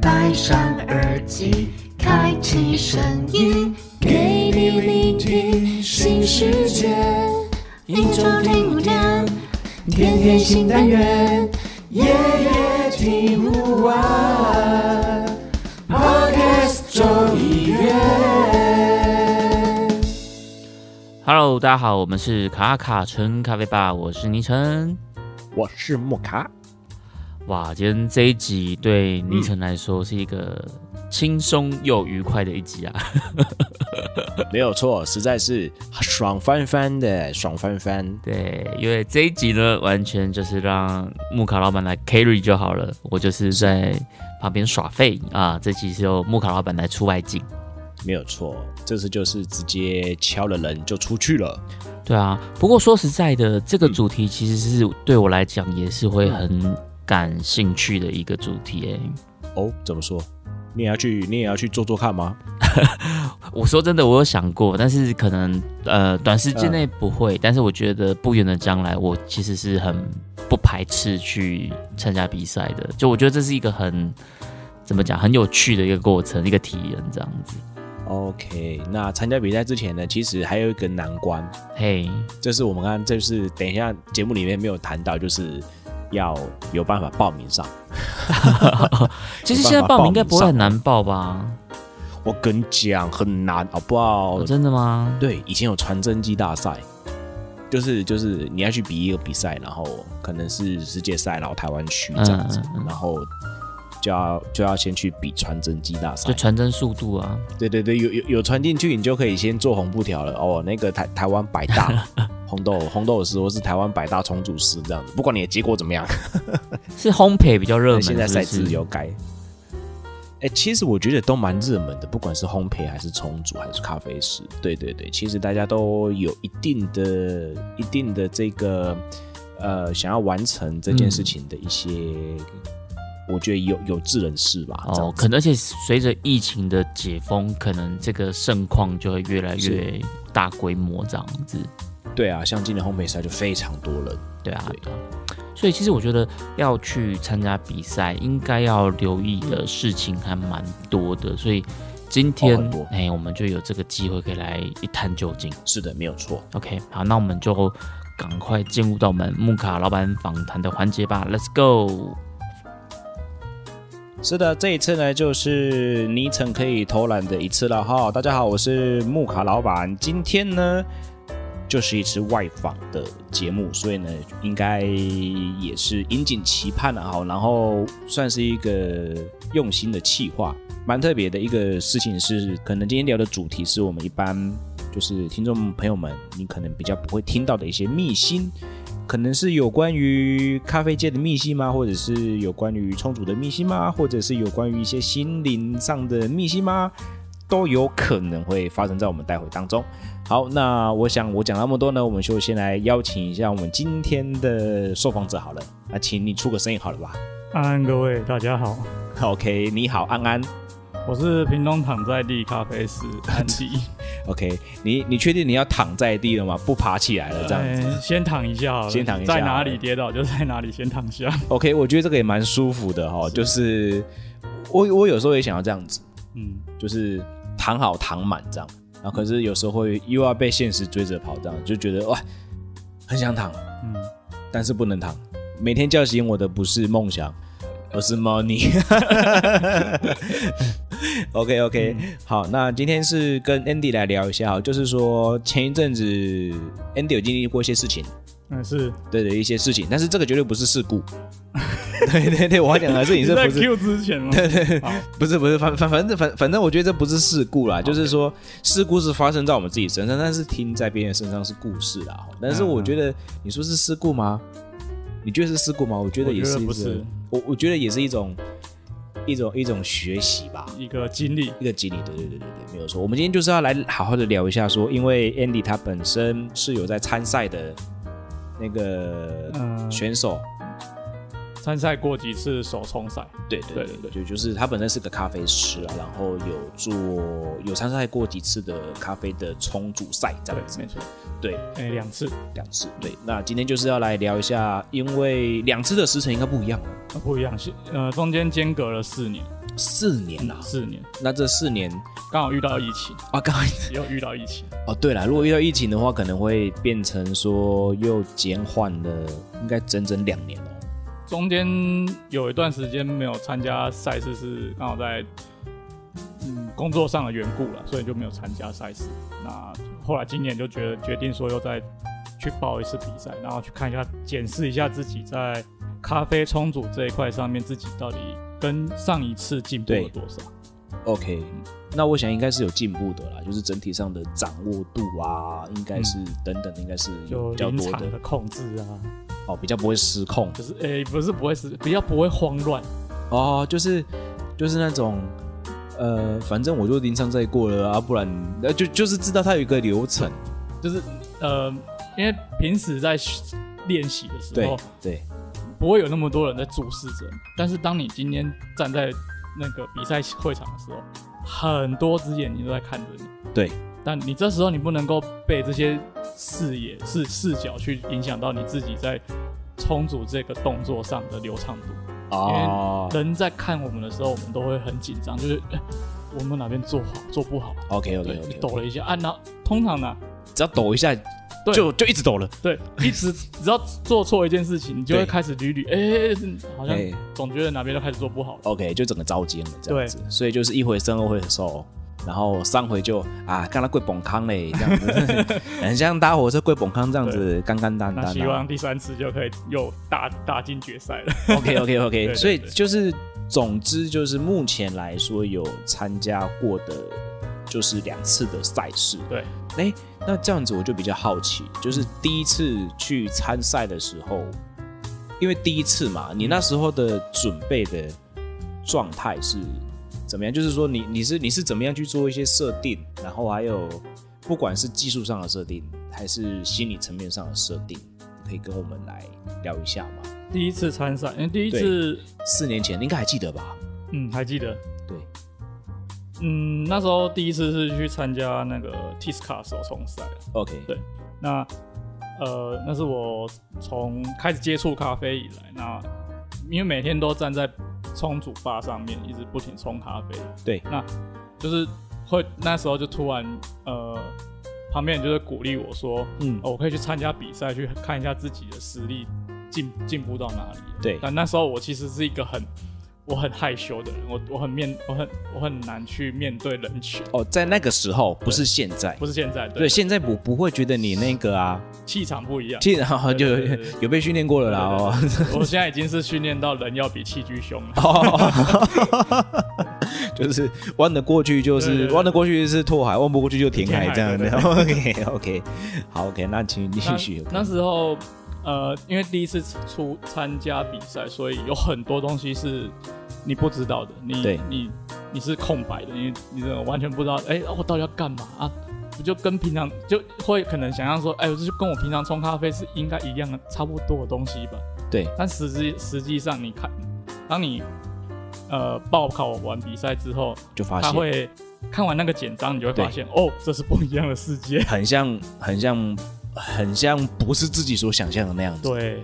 戴上耳机，开启声音，给你聆听新世界。一周听五天，天天新单元，夜夜听不完。Podcast 周一月， Hello，大家好，我们是卡卡城咖啡吧，我是倪晨。我是莫卡，哇，今天这一集对倪晨来说是一个轻松又愉快的一集啊！没有错，实在是爽翻翻的，爽翻翻。对，因为这一集呢，完全就是让木卡老板来 carry 就好了，我就是在旁边耍废啊。这集是由木卡老板来出外景。没有错，这次就是直接敲了人就出去了。对啊，不过说实在的，这个主题其实是对我来讲也是会很感兴趣的一个主题诶、哦，怎么说？你也要去，你也要去做做看吗？我说真的，我有想过，但是可能呃短时间内不会，但是我觉得不远的将来，我其实是很不排斥去参加比赛的。就我觉得这是一个很怎么讲很有趣的一个过程，一个体验这样子。 OK，那参加比赛之前呢，其实还有一个难关，嘿、这是我们刚刚这是等一下节目里面没有谈到，就是要有办法报名上。其实现在报名应该不会很难报吧？我跟你讲，很难，好不好？哦、真的吗？对，以前有传真机大赛，就是就是你要去比一个比赛，然后可能是世界赛，然后台湾区这样子，嗯嗯嗯然后就要就要先去比传真机大赛就。传真速度啊，对对对，有有有传进去，你就可以先做红布条了。哦，那个台台湾百 大红豆红豆师，或是台湾百大重组师这样子，不管你的结果怎么样，是烘焙比较热门，现在赛是制不是有改。哎、其实我觉得都蛮热门的，不管是烘焙还是冲煮还是咖啡师，对对对，其实大家都有一定的、一定的这个呃，想要完成这嗯件事情的一些，我觉得有有志人士吧。这哦样，子可能而且随着疫情的解封，可能这个盛况就会越来越是大规模这样子。对啊，像今年烘焙赛就非常多人，对啊，对对啊。所以其实我觉得要去参加比赛，应该要留意的事情还蛮多的。所以今天哦很多哎、我们就有这个机会可以来一探究竟。是的，没有错。 OK，好，那我们就赶快进入到我们木卡老板访谈的环节吧。Let's go。是的，这一次呢，就是尼城可以偷懒的一次了哈。大家好，我是木卡老板，今天呢就是一次外访的节目，所以呢，应该也是引颈期盼了哈。然后算是一个用心的企划，蛮特别的一个事情是，可能今天聊的主题是我们一般就是听众朋友们，你可能比较不会听到的一些秘辛。可能是有关于咖啡界的秘辛吗？或者是有关于冲煮的秘辛吗？或者是有关于一些心灵上的秘辛吗？都有可能会发生在我们待会当中。好，那我想我讲那么多呢，我们就先来邀请一下我们今天的受访者好了。那请你出个声音好了吧安安各位，大家好， ？OK，你好，安安。我是屏东躺在地咖啡 师安迪。 OK，你你确定你要躺在地了吗？不爬起来了这样子。呃先躺一下好了，先躺一下在哪里跌倒就在哪里先躺下。 OK，我觉得这个也蛮舒服的哈、哦，就是我我有时候也想要这样子。 嗯，就是躺好躺满这样，然后可是有时候会又要被现实追着跑，这样就觉得哇，很想躺，嗯，但是不能躺。每天叫醒我的不是梦想，而是 money。OK OK，、好，那今天是跟 Andy 来聊一下哦，就是说前一阵子 Andy 有经历过一些事情，那嗯是对的一些事情，但是这个绝对不是事故。 对对对，我要讲的事情是在不是 Q 之前吗？不是不是，反反反正反反正，我觉得这不是事故啦就是说事故是发生在我们自己身上，但是听在别人身上是故事啦。齁但是我觉得你说是事故吗？你觉得是事故吗？我觉得也是一我觉得不种是，我我觉得也是一种一种一种学习吧。一个经历，一个经理，对对对对对，没有错。我们今天就是要来好好的聊一下说，因为 Andy 他本身是有在参赛的那个嗯选手，参赛过几次手冲赛，对对对对对，对就就是他本身是个咖啡师啊，然后有做有参赛过几次的咖啡的冲煮赛这对样，子没，错，对，哎，两次，两次，对。那今天就是要来聊一下，因为两次的时程应该不一样，呃不一样，是呃，中间间隔了四年，四年啦、四年，那这四年刚好遇到疫情，啊，刚好又遇到疫情，哦，对了，如果遇到疫情的话，可能会变成说又减缓了，应该整整两年哦。中间有一段时间没有参加赛事，是刚好在嗯工作上的缘故了，所以就没有参加赛事。那后来今年就决决定说又再去报一次比赛，然后去看一下，检视一下自己在咖啡冲煮这一块上面自己到底跟上一次进步对了多少。 OK，那我想应该是有进步的啦，就是整体上的掌握度啊，应该是、等等，应该是有嗯就比较临多场的的控制啊，哦，比较不会失控就是诶、不是不会是比较不会慌乱，哦，就是就是那种呃，反正我就临场再过了啊，不然呃就就是知道它有一个流程，就是呃，因为平时在练习的时对候，对不会有那么多人在注视着你。但是当你今天站在那个比赛会场的时候，很多只眼睛都在看着你。对，但你这时候你不能够被这些视野、视视角去影响到你自己在冲煮这个动作上的流畅度。哦人在看我们的时候，我们都会很紧张，就是、呃我们哪边做好、做不好。 ，OK 对 OK 你 OK，抖了一下，啊，那通常呢、只要抖一下对就就一直抖了。对，一直只要做错一件事情，你就会对开始捋捋，哎、嗯好像哎总觉得哪边都开始做不好了。 OK，就整个糟尖了这样子，所以就是一回生二回熟，然后上回就啊，刚才贵崩康嘞，这样 子，很像搭火车贵崩康这样子，干干单那单希啊、望第三次就可以又打打进决赛了。 OK OK 对 OK，对所以对就是嗯总之就是目前来说有参加过的就是两次的赛事，对，哎，那这样子我就比较好奇，就是第一次去参赛的时候，因为第一次嘛，你那时候的准备的状态是怎么样？就是说你你是你是怎么样去做一些设定，然后还有不管是技术上的设定，还是心理层面上的设定，可以跟我们来聊一下吗？第一次参赛，因为嗯第一次，四年前你应该还记得吧？嗯，还记得，对，嗯，那时候第一次是去参加那个 Tisca 手冲赛， OK，对那呃，那是我从开始接触咖啡以来，那因为每天都站在冲煮吧上面，一直不停冲咖啡，对那就是会那时候就突然呃，旁边人就是鼓励我说，嗯哦，我可以去参加比赛，去看一下自己的实力进进步到哪里。对但那时候我其实是一个很我很害羞的人，我我很面我很我很难去面对人群，哦，在那个时候不是现在，不是现在对，对现在不不会觉得你那个啊，气场不一样。其实哈就对对对有对有被训练过了啦哦。对对对我现在已经是训练到人要比器具凶了。 哦，就是弯得过去就对对是对弯得过去是拓海，弯不过去就填海这样的。填 OK OK，好 OK，那请 你继续。那那时候，呃，因为第一次出参加比赛，所以有很多东西是你不知道的，对你你你是空白的，你你真的完全不知道，哎、我到底要干嘛啊？不就跟平常就会可能想象说，哎、我就是跟我平常冲咖啡是应该一样的，差不多的东西吧。对但实际实际上，你看，当你呃报考完比赛之后，就发他现会看完那个简章，你就会发现，哦，这是不一样的世界。 很像很像很像不是自己所想象的那样子。对，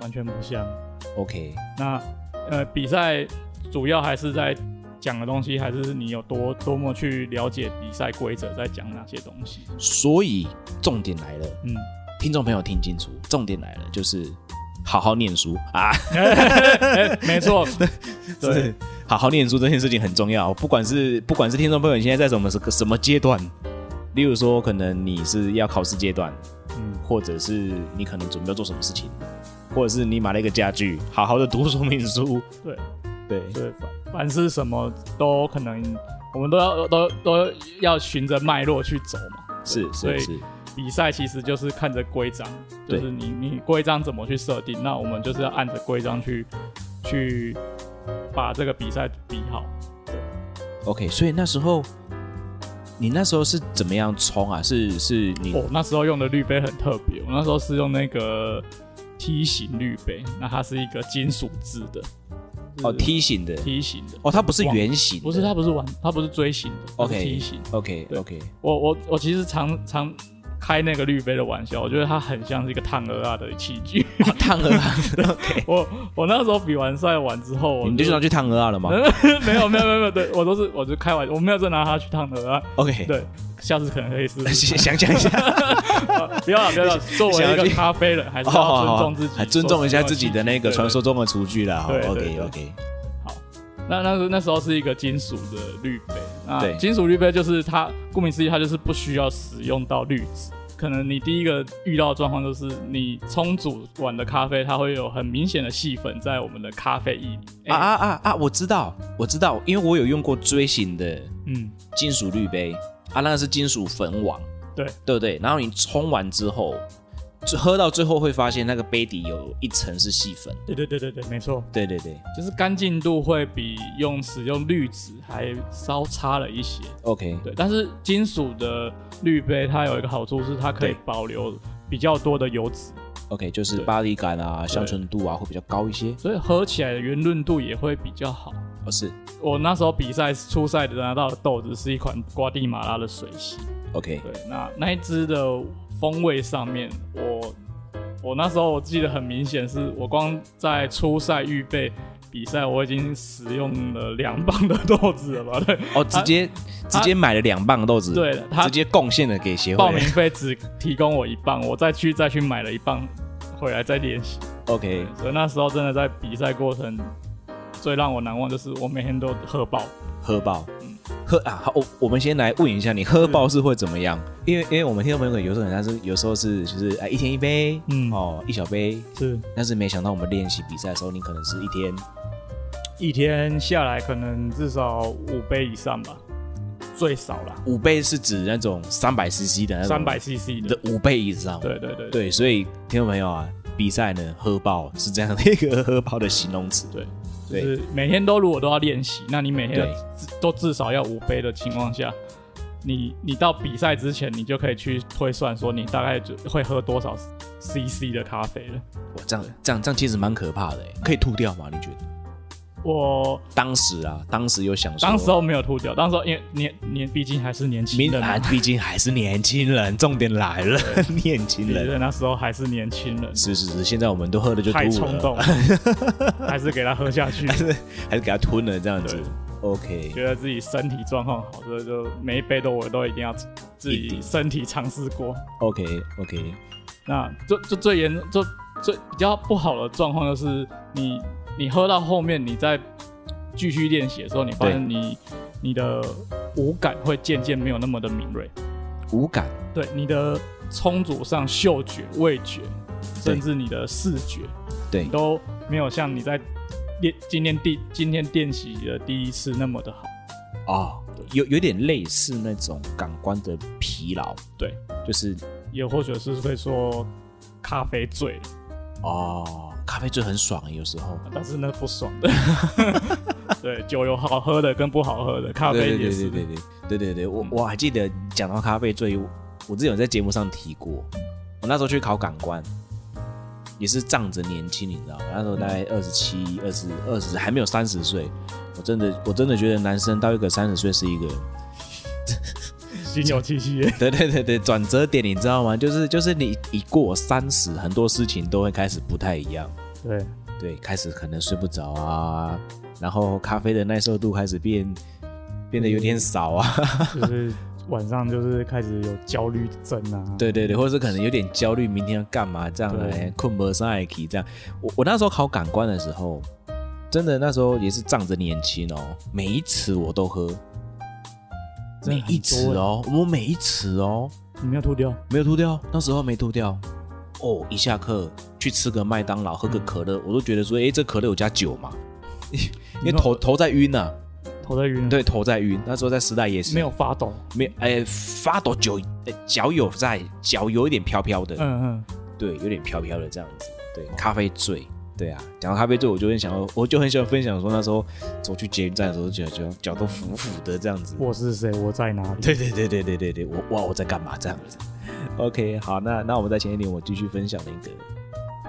完全不像。 OK，那呃，比赛主要还是在讲的东西，还是你有多多么去了解比赛规则，在讲哪些东西。所以重点来了，嗯，听众朋友听清楚，重点来了，就是好好念书啊。哎没错，对是，好好念书这件事情很重要。不管是不管是听众朋友你现在在什么什么阶段，例如说可能你是要考试阶段，嗯，或者是你可能准备要做什么事情，或者是你买了一个家具，好好的读说明书。对对 对，凡凡是什么都可能，我们都要都都要循着脉络去走嘛。是所是以是，比赛其实就是看着规章，就对是你你规章怎么去设定，那我们就是要按着规章去去把这个比赛比好。 OK。所以那时候你那时候是怎么样冲啊？是是你哦我、那时候用的滤杯很特别，我那时候是用那个梯形滤杯，那它是一个金属制的，哦就是梯形的，梯形的，哦，它不是圆形的，不是它不是弯，它不是锥形的它是 OK 梯形。 ，OK 对 OK，我我我其实常常开那个滤杯的玩笑，我觉得它很像是一个烫鹅啊的器 具。烫鹅 啊，OK，我我那时候比完赛完之后，我你就想去烫鹅啊了吗 没有没有没有没有，对我都是我就开玩，我没有再拿它去烫鹅啊。 ？OK， 对，下次可能可以试试。想想一 下，啊不要了不要了，作为一想要个去咖啡人，还是要尊重自己，还尊重一下自己的那个说传说中的厨具啦。对对 OK 对 OK，那那时候那时候是一个金属的滤杯，那对金属滤杯就是它，顾名思义，它就是不需要使用到滤纸。可能你第一个遇到的状况就是，你冲煮完的咖啡，它会有很明显的细粉在我们的咖啡液里。哎啊，啊啊啊！我知道，我知道，因为我有用过锥形的嗯，金属滤杯啊，那个是金属粉网，对对不对？然后你冲完之后，就喝到最后会发现那个杯底有一层是细粉。对对对对对，没错，对对对就是干净度会比用使用滤纸还稍差了一些。 ，OK，对，但是金属的滤杯它有一个好处是，它可以对保留比较多的油脂， OK，就是对巴黎感啊、香醇度啊会比较高一些。所以喝起来的圆润度也会比较好。哦，是我那时候比赛初赛拿到的豆子是一款瓜地马拉的水洗， OK，对，那那一支的风味上面，我我那时候我记得很明显，是我光在初赛预备比赛，我已经使用了两磅的豆子了吧？对，哦，直接直接买了两磅豆子，对了他直接贡献了给协报会名。费只提供我一磅，我再去再去买了一磅回来再练习， OK，所以那时候真的在比赛过程。最让我难忘就是我每天都喝爆，喝爆，嗯喝啊！好，我我们先来问一下你，喝爆是会怎么样？因为因为我们听众朋友有时候很像是，有时候是就是哎一天一杯，嗯哦一小杯，是但是没想到我们练习比赛的时候，你可能是一天一天下来可能至少五杯以上吧，最少啦，五杯是指那种三百 CC 的那种，三百 CC 的的。五倍以上，对对对对，所以听众朋友啊，比赛呢喝爆是这样的一个 喝爆的形容词，对对就是每天都如果都要练习，那你每天对至都至少要五杯的情况下，你你到比赛之前，你就可以去推算说你大概就会喝多少 CC 的咖啡了。哇，这样这样这样其实蛮可怕的，欸可以吐掉吗？你觉得？我当时啊，当时有想说，当时候没有吐掉，当时候因为年年毕竟还是年轻明人嘛，啊，毕竟还是年轻人，重点来了，年轻毕人。竟那时候还是年轻人，是是是，现在我们都喝了就吐太了，冲动了，还是给他喝下去。 还是给它吞了这样子对。 OK，觉得自己身体状况好，所以就每一杯都我都一定要自一己定身体尝试过。 OK OK，那就就最严就最比较不好的状况就是你你喝到后面，你在继续练习的时候，你发现你你的五感会渐渐没有那么的敏锐，无感对你的充足上嗅觉、味觉，对甚至你的视觉对都没有像你在练今天第今天练习的第一次那么的好。哦，有有点类似那种感官的疲劳，对，就是也或许是会说咖啡醉了，哦，咖啡醉很爽，有时候。但是那不爽 的。对，酒有好喝的跟不好喝的，咖啡对也对是。对嗯对对对对对，我我还记得讲到咖啡醉，我我之前有在节目上提过，我那时候去考感官。也是仗着年轻，你知道吗？那时候大概嗯二十七、二十二十，还没有三十岁。我真的，我真的觉得男生到一个三十岁是一个 心有戚戚焉。对对对对，转折点你知道吗？就是就是你一过三十，很多事情都会开始不太一样。对，对，开始可能睡不着啊，然后咖啡的耐受度开始变变得有点少啊。就是晚上就是开始有焦虑症啊。对对对，或者是可能有点焦虑，明天要干嘛这样对来困不上来起这样。我我那时候考感官的时候，真的那时候也是仗着年轻哦，每一次我都喝，真每的很多欸一次哦，我每一次哦。你没有吐掉，没有吐掉，那时候没吐掉。哦，一下课去吃个麦当劳，喝嗯个可乐，我都觉得说，诶，这可乐有加酒嘛？因为头头在晕呐、啊，头在晕，，对，头在晕。那时候在时代夜市，没有发抖。没有，哎、发抖酒，哎脚有在，脚有一点飘飘的，嗯嗯，对，有点飘飘的这样子。对，咖啡醉，对啊，讲到咖啡醉，我就很想要，我就很喜欢分享说，那时候走去捷运站的时候，脚脚脚都浮浮的这样子。我是谁？我在哪里？对对对对对对对，我哇我在干嘛这样子？OK，好，那那我们在前一点我继续分享了一个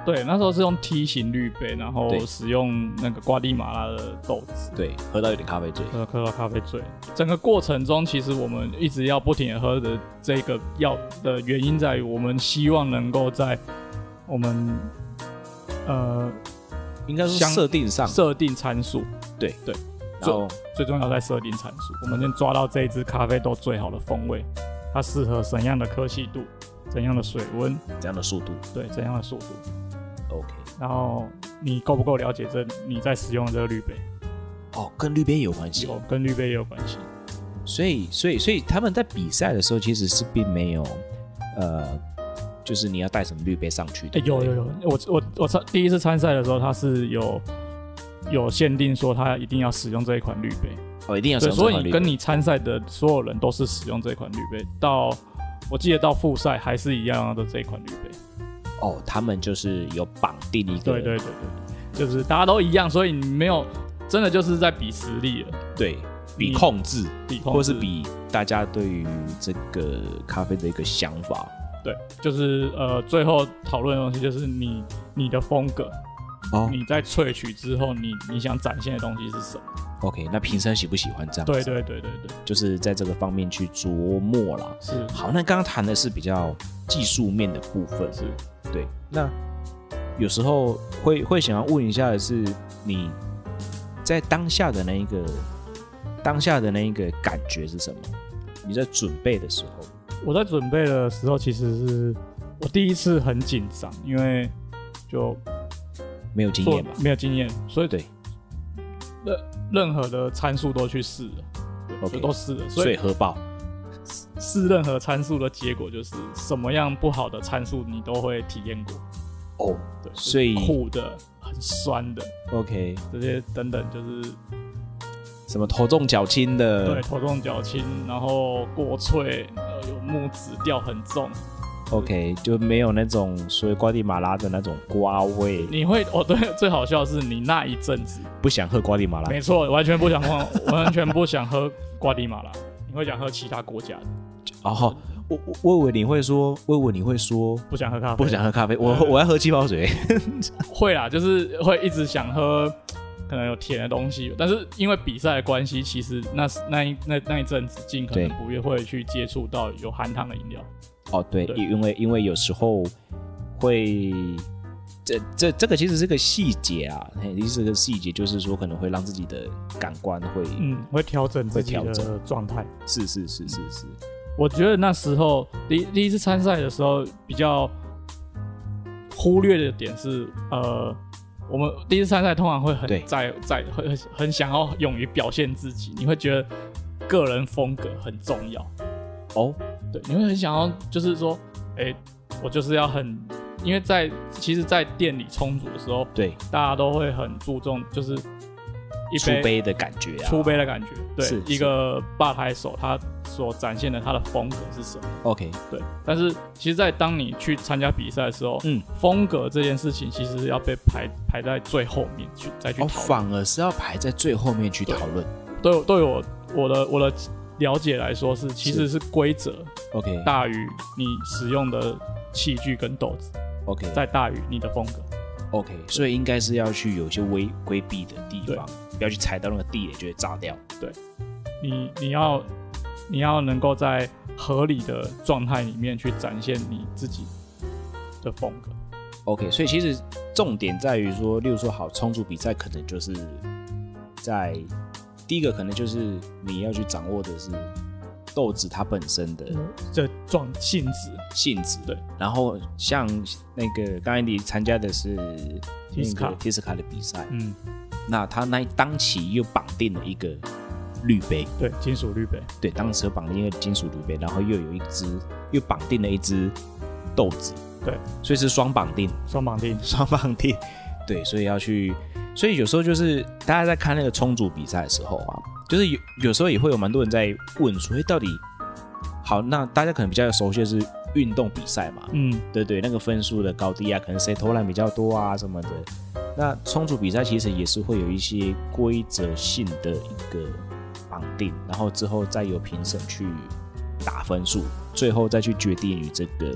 对，那时候是用梯形滤杯，然后对使用那个瓜地马拉的豆子，对，喝到有点咖啡醉。喝喝到咖啡醉。整个过程中，其实我们一直要不停的喝的这个药的原因在于，我们希望能够在我们呃应该说相设定上，设定参数，然后最重要在设定参数，我们先抓到这一支咖啡豆最好的风味，它适合怎样的科系度、怎样的水温、怎样的速度对怎样的速度， ？OK。然后你够不够了解这你在使用的这个滤杯，哦，跟绿边有关系。哦有跟滤杯也有关系。所以，所以，所以他们在比赛的时候其实是并没有，呃，就是你要带什么绿杯上去的哎、。有有有，我我我参第一次参赛的时候，它是有有限定说它一定要使用这一款滤杯，哦，一定要对，什所么以你跟你参赛的所有人都是使用这款滤杯，到我记得到复赛还是一样的这一款滤杯。哦，他们就是有绑定一个对对对对，就是大家都一样，所以你没有真的就是在比实力了，对比你控制，比控或制是比大家对于这个咖啡的一个想法。对，就是呃，最后讨论的东西就是你你的风格，哦你在萃取之后，你你想展现的东西是什么？ ，OK，那评审喜不喜欢这样？对，对对对对，就是在这个方面去琢磨啦。是好，那刚刚谈的是比较技术面的部分，是。对，那有时候会会想要问一下的是，你在当下的那一个当下的那一个感觉是什么？你在准备的时候，我在准备的时候，其实是我第一次很紧张，因为就没有经做验嘛？没有经验，所以对任任何的参数都去试了，对 OK 就都试了，所所以以核爆试任何参数的结果就是什么样不好的参数你都会体验过，哦对，就是所以苦的、很酸的，OK，这些等等，就是什么头重脚轻对的头重脚轻，然后过脆，呃，有木质调很重， ，OK，就没有那种所谓瓜地马拉的那种瓜味，你会哦，对，最好笑的是你那一阵子不想喝瓜地马拉没错，完全不想喝， 完全不想喝瓜地马拉。你会想喝其他国家的，哦。我我我以为你会说，我以为你会说不想喝咖啡，不想喝咖啡，呃我我要喝气泡水。会啦，就是会一直想喝，可能有甜的东西。但是因为比赛的关系，其实那那一那那一阵子，尽可能对不越会去接触到有含糖的饮料。 哦，对，对因为因为有时候会，这这这个其实是个细节啊，嘿，其实是个细节，就是说可能会让自己的感官会，嗯，会调整自己的会调整状态。是是是是是，我觉得那时候第第一次参赛的时候，比较忽略的点是，呃，我们第一次参赛通常会很对在在很很很想要勇于表现自己，你会觉得个人风格很重要，哦，对，你会很想要就是说，哎、我就是要很，因为在其实，在店里充足的时候，对，大家都会很注重就是一出杯的感觉啊，出杯的感觉，是对，一是个吧台手他所展现的他的风格是什么。 ，OK，对，但是其实，在当你去参加比赛的时候，嗯，风格这件事情其实要被排排在最后面去再去哦，讨论。反而是要排在最后面去讨论对我对我我的我的了解来说是，其实是规则，OK 大于你使用的器具跟豆子， OK 再大于你的风格。 OK，所以应该是要去有一些规规避的地对方，不要去踩到那个地雷就会炸掉，你你要你要能够在合理的状态里面去展现你自己的风格。 OK，所以其实重点在于说，例如说好冲突比赛，可能就是在第一个，可能就是你要去掌握的是豆子它本身的这状性质性质。嗯对。然后像那个刚才你参加的是那 Tisca 个 t i s c a 的比赛，嗯，那他那当期又绑定了一个绿杯，对，金属滤杯，对，当时有绑定一个金属绿杯，然后又有一只又绑定了一只豆子，对，所以是双绑定。 双绑定，双棒地，对，所以要去，所以有时候就是大家在看那个冲煮比赛的时候啊，就是有有时候也会有蛮多人在问说，哎，到底好，那大家可能比较熟悉的是运动比赛嘛，嗯，对对，那个分数的高低啊，可能谁投篮比较多啊什么的。那冲煮比赛其实也是会有一些规则性的一个绑定，然后之后再由评审去打分数，最后再去决定于这个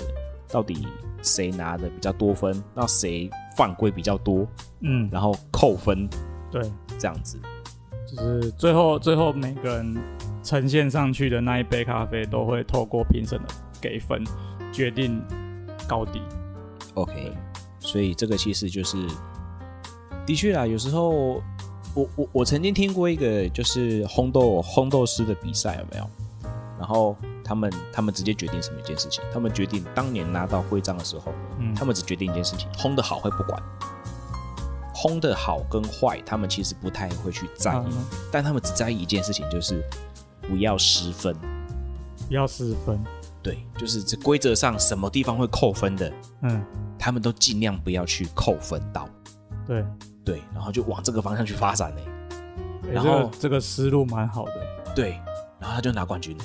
到底谁拿的比较多分，那谁犯规比较多，嗯，然后扣分对，这样子。就是最后最后每个人呈现上去的那一杯咖啡，都会透过评审的给分决定高低。 OK，所以这个其实就是，的确啦，有时候我我我曾经听过一个就是烘豆烘豆师的比赛有没有？然后他们他们直接决定什么一件事情，他们决定当年拿到徽章的时候，嗯他们只决定一件事情：烘的好会不管，烘的好跟坏，他们其实不太会去在意，嗯但他们只在意一件事情，就是不要失分。不要失分，对，就是这规则上什么地方会扣分的，嗯，他们都尽量不要去扣分到。对，对，然后就往这个方向去发展呢。欸然这个后这个思路蛮好的，对，然后他就拿冠军了。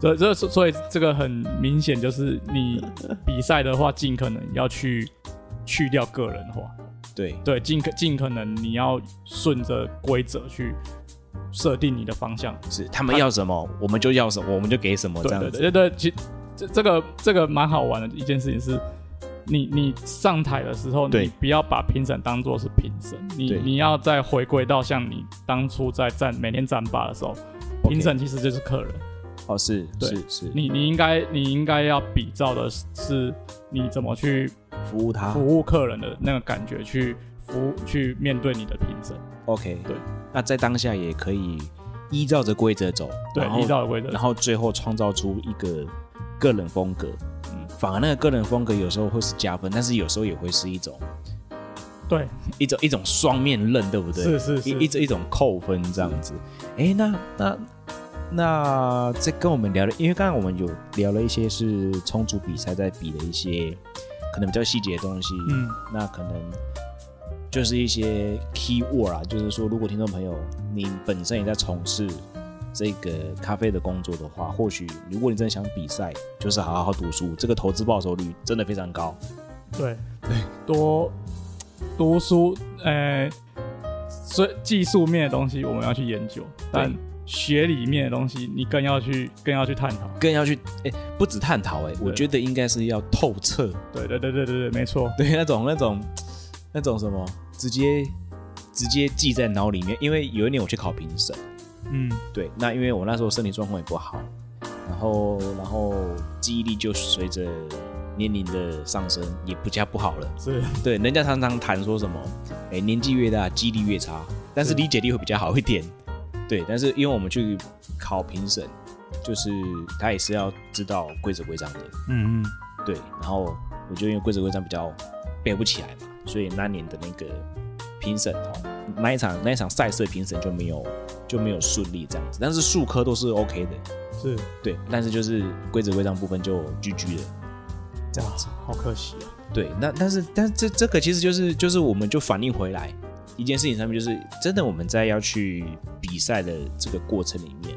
这这所以这个很明显就是你比赛的话，尽可能要去去掉个人化，对对，尽可尽可能你要顺着规则去设定你的方向，是他们要什么，我们就要什么，我们就给什么这对样对子。对对，其这这个这个蛮好玩的一件事情是，你你上台的时候，对你不要把评审当做是评审，你对你要再回归到像你当初在站每天站吧的时候，评审其实就是客人，哦，是对是是，你你应该你应该要比照的是你怎么去服务他服务客人的那个感觉去。服务去面对你的评审， ，OK。对，那在当下也可以依照着规则走，对然，后依照规则然，后最后创造出一个个人风格。嗯，反而那个个人风格有时候会是加分，但是有时候也会是一种对，一种一种双面刃，对不对？是是是一一种一种扣分这样子。哎，那那那这跟我们聊的，因为刚刚我们有聊了一些是冲煮比赛在比的一些可能比较细节的东西，嗯，那可能就是一些 key word 啊，就是说，如果听众朋友你本身也在从事这个咖啡的工作的话，或许如果你真的想比赛，就是好好好读书，这个投资报酬率真的非常高。对对，多读书，呃，所以技术面的东西我们要去研究，但学理面的东西你更要去更要去探讨。更要去哎、不止探讨哎、我觉得应该是要透彻， 对对对对对对，没错，对那种那种那种什么，直接直接记在脑里面。因为有一年我去考评审，嗯，对，那因为我那时候身体状况也不好，然后然后记忆力就随着年龄的上升也不加不好了。是，对，人家常常谈说什么，哎、年纪越大记忆力越差，但是理解力会比较好一点。对，但是因为我们去考评审，就是他也是要知道规则规章的。嗯嗯，对，然后我就因为规则规章比较背不起来嘛，所以那年的那个评审哦，那一场那一场赛事的评审就没有就没有顺利这样子，但是数科都是 OK 的，是，对，但是就是规则规章部分就 GG 了。这样子好可惜啊。对，那但是但是这这个其实就是就是我们就反应回来一件事情上面，就是真的我们在要去比赛的这个过程里面，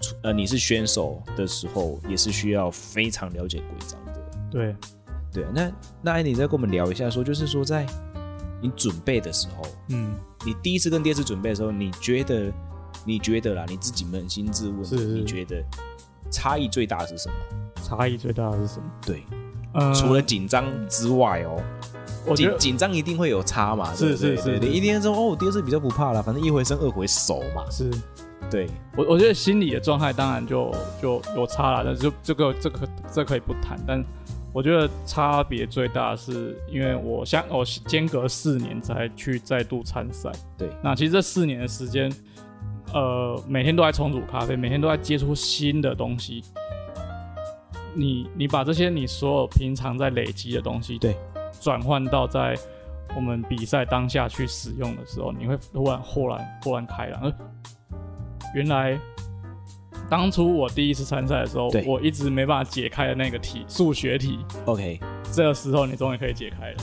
除呃，你是选手的时候，也是需要非常了解规章的。对，对啊，那那艾妮再跟我们聊一下说就是说在你准备的时候，嗯，你第一次跟第二次准备的时候，你觉得你觉得啦，你自己扪心自问，是是你觉得差异最大的是什么？差异最大的是什么？对，呃，除了紧张之外哦，我觉紧得紧张一定会有差嘛，是对不对是是对是你一定说哦，我第二次比较不怕啦，反正一回生二回熟嘛，是。对，我我觉得心理的状态当然就就有差了，但是就这个这个这可以不谈。但我觉得差别最大是因为我相我间隔四年才去再度参赛，对那其实这四年的时间，呃，每天都在重组咖啡，每天都在接触新的东西。你你把这些你所有平常在累积的东西，对，转换到在我们比赛当下去使用的时候，你会突然豁然豁然开朗。呃原来当初我第一次参赛的时候对，我一直没办法解开的那个题，数学题， ，OK，这个时候你终于可以解开了。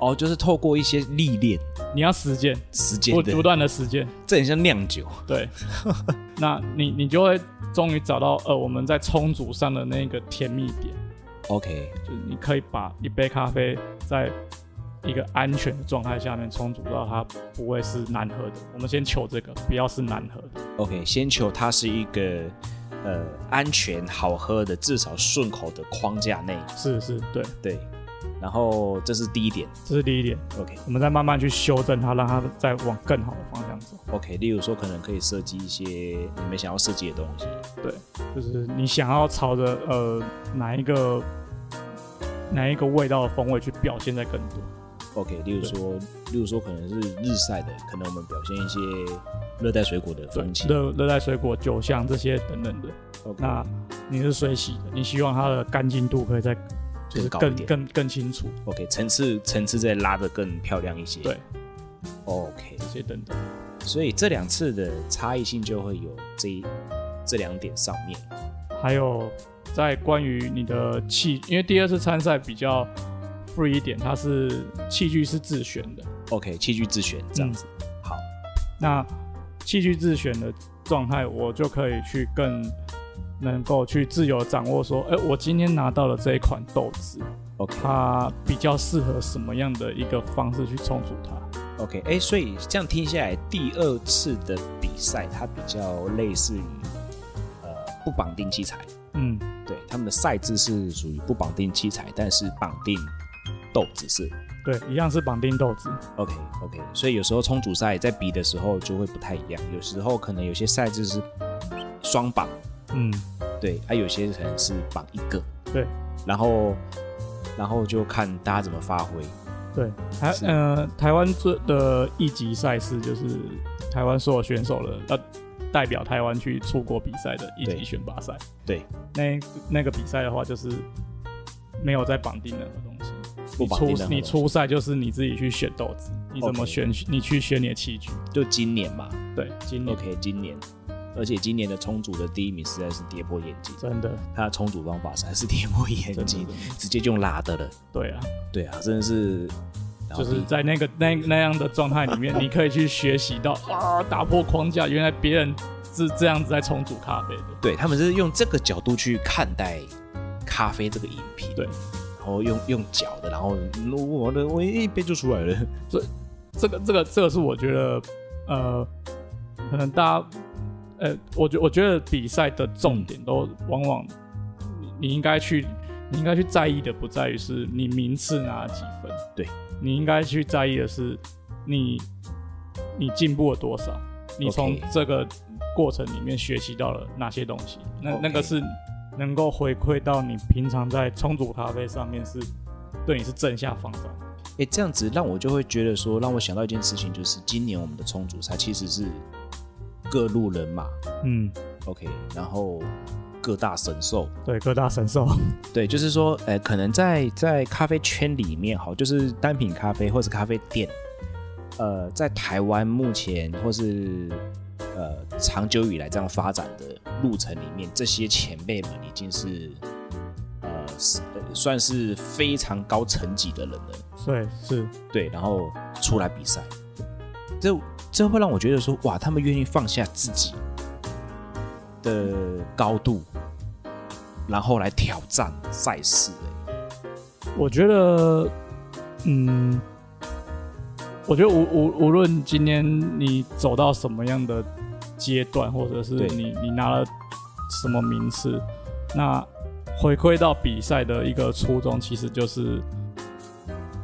哦，就是透过一些历练你要实践，时间不的不，断的实践。这很像酿酒，对， 那你你就会终于找到呃我们在冲煮上的那个甜蜜点， ，OK，就是你可以把一杯咖啡在一个安全的状态下面冲煮到它不会是难喝的。我们先求这个，不要是难喝的。 OK，先求它是一个呃安全、好喝的，至少顺口的框架内。是是，对，对，然后这是第一点。这是第一点， OK 我们再慢慢去修正它，让它再往更好的方向走。 OK，例如说可能可以设计一些你们想要设计的东西。就是你想要朝着呃哪一个哪一个味道的风味去表现在更多。 OK，例如说，例如说可能是日晒的，可能我们表现一些热带水果的对风情。热热带水果、酒香这些等等的。 OK，那你是水洗的，你希望它的干净度可以再就是更高一更点更更清楚 OK 层次层次再拉得更漂亮一些。对，OK，这些等等。所以这两次的差异性就会有这一这两点上面。还有在关于你的器，因为第二次参赛比较 free 一点，它是器具是自选的， OK，器具自选这样子。嗯好，那器具自选的状态，我就可以去更能够去自由掌握，说，哎、我今天拿到了这一款豆子， OK 它比较适合什么样的一个方式去冲煮它？ OK，哎、所以这样听下来，第二次的比赛它比较类似于呃不绑定器材，嗯，对，他们的赛制是属于不绑定器材，但是绑定豆子是对，一样是绑定豆子， OK OK，所以有时候冲煮赛在比的时候就会不太一样，有时候可能有些赛制是双绑，嗯，对，啊，有些可能是绑一个，对然后然后就看大家怎么发挥。对，台是呃台湾最的一级赛事就是台湾所有选手的呃代表台湾去出国比赛的一对级选拔赛，对，那那个比赛的话，就是没有在绑定任何东西。不你绑定任出何你东西出赛就是你自己去选豆子，你怎 OK 么选你去选你的器具。就今年嘛对，今年，OK，今年，而且今年的冲煮的第一名实在是跌破眼镜，真的他的冲煮方法实在是跌破眼真镜的，直接就用拉的了。对啊，对啊，真的是，然后就第是在那个那那样的状态里面，你可以去学习到啊，打破框架，原来别人是这样子在重组咖啡的。对他们是用这个角度去看待咖啡这个饮品，对，然后用用搅的，然后嗯我的我一杯就出来了。这个这个这个是我觉得呃，可能大家呃，我觉我觉得比赛的重点都往往你你应该去你应该去在意的不在于是你名次拿几分，对你应该去在意的是你你进步了多少，你 OK 从这个过程里面学习到了哪些东西，那 OK 那个是能够回馈到你平常在冲煮咖啡上面是对你是正向放上。哎，这样子让我就会觉得说，让我想到一件事情，就是今年我们的冲煮赛其实是各路人马嗯， ，OK，然后各大神兽，对，各大神兽。对，就是说，呃，可能在在咖啡圈里面，好，就是单品咖啡或是咖啡店，呃，在台湾目前或是呃长久以来这样发展的路程里面，这些前辈们已经是呃是呃算是非常高层级的人了，对，是，对，然后出来比赛，这这会让我觉得说，哇，他们愿意放下自己的高度，然后来挑战赛事、欸。我觉得，嗯，我觉得无无无论今天你走到什么样的阶段，或者是对你你拿了什么名次，那回归到比赛的一个初衷，其实就是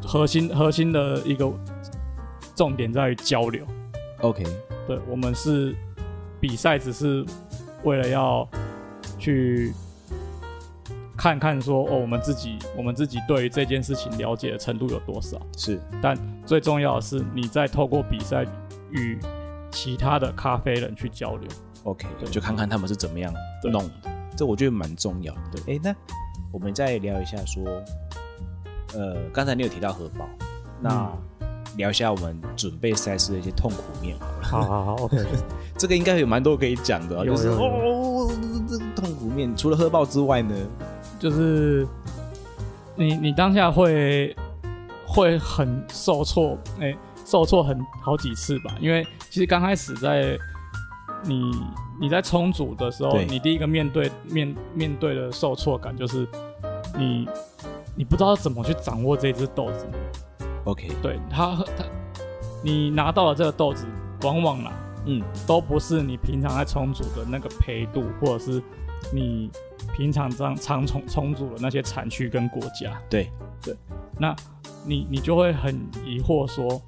核心核心的一个重点在于交流。 OK，对，我们是比赛，只是为了要去看看说哦，我们自己我们自己对于这件事情了解的程度有多少。是但最重要的是，你在透过比赛与其他的咖啡人去交流。 OK，对就看看他们是怎么样对弄的，这我觉得蛮重要的。哎、那我们再聊一下说，呃，刚才你有提到荷包，那嗯聊一下我们准备赛事的一些痛苦面好了。好好好，OK， 这个应该有蛮多可以讲的、啊，有就是有有哦，这个痛苦面除了喝爆之外呢，就是你你当下会会很受挫，哎、受挫很好几次吧，因为其实刚开始在你你在冲组的时候，对你第一个面对面面对的受挫感就是你你不知道怎么去掌握这只豆子， OK，对它它你拿到了这个豆子，往往啦、嗯，都不是你平常在冲煮的那个培度，或者是你平常这样常重重组的那些产区跟国家，对那你你就会很疑惑说，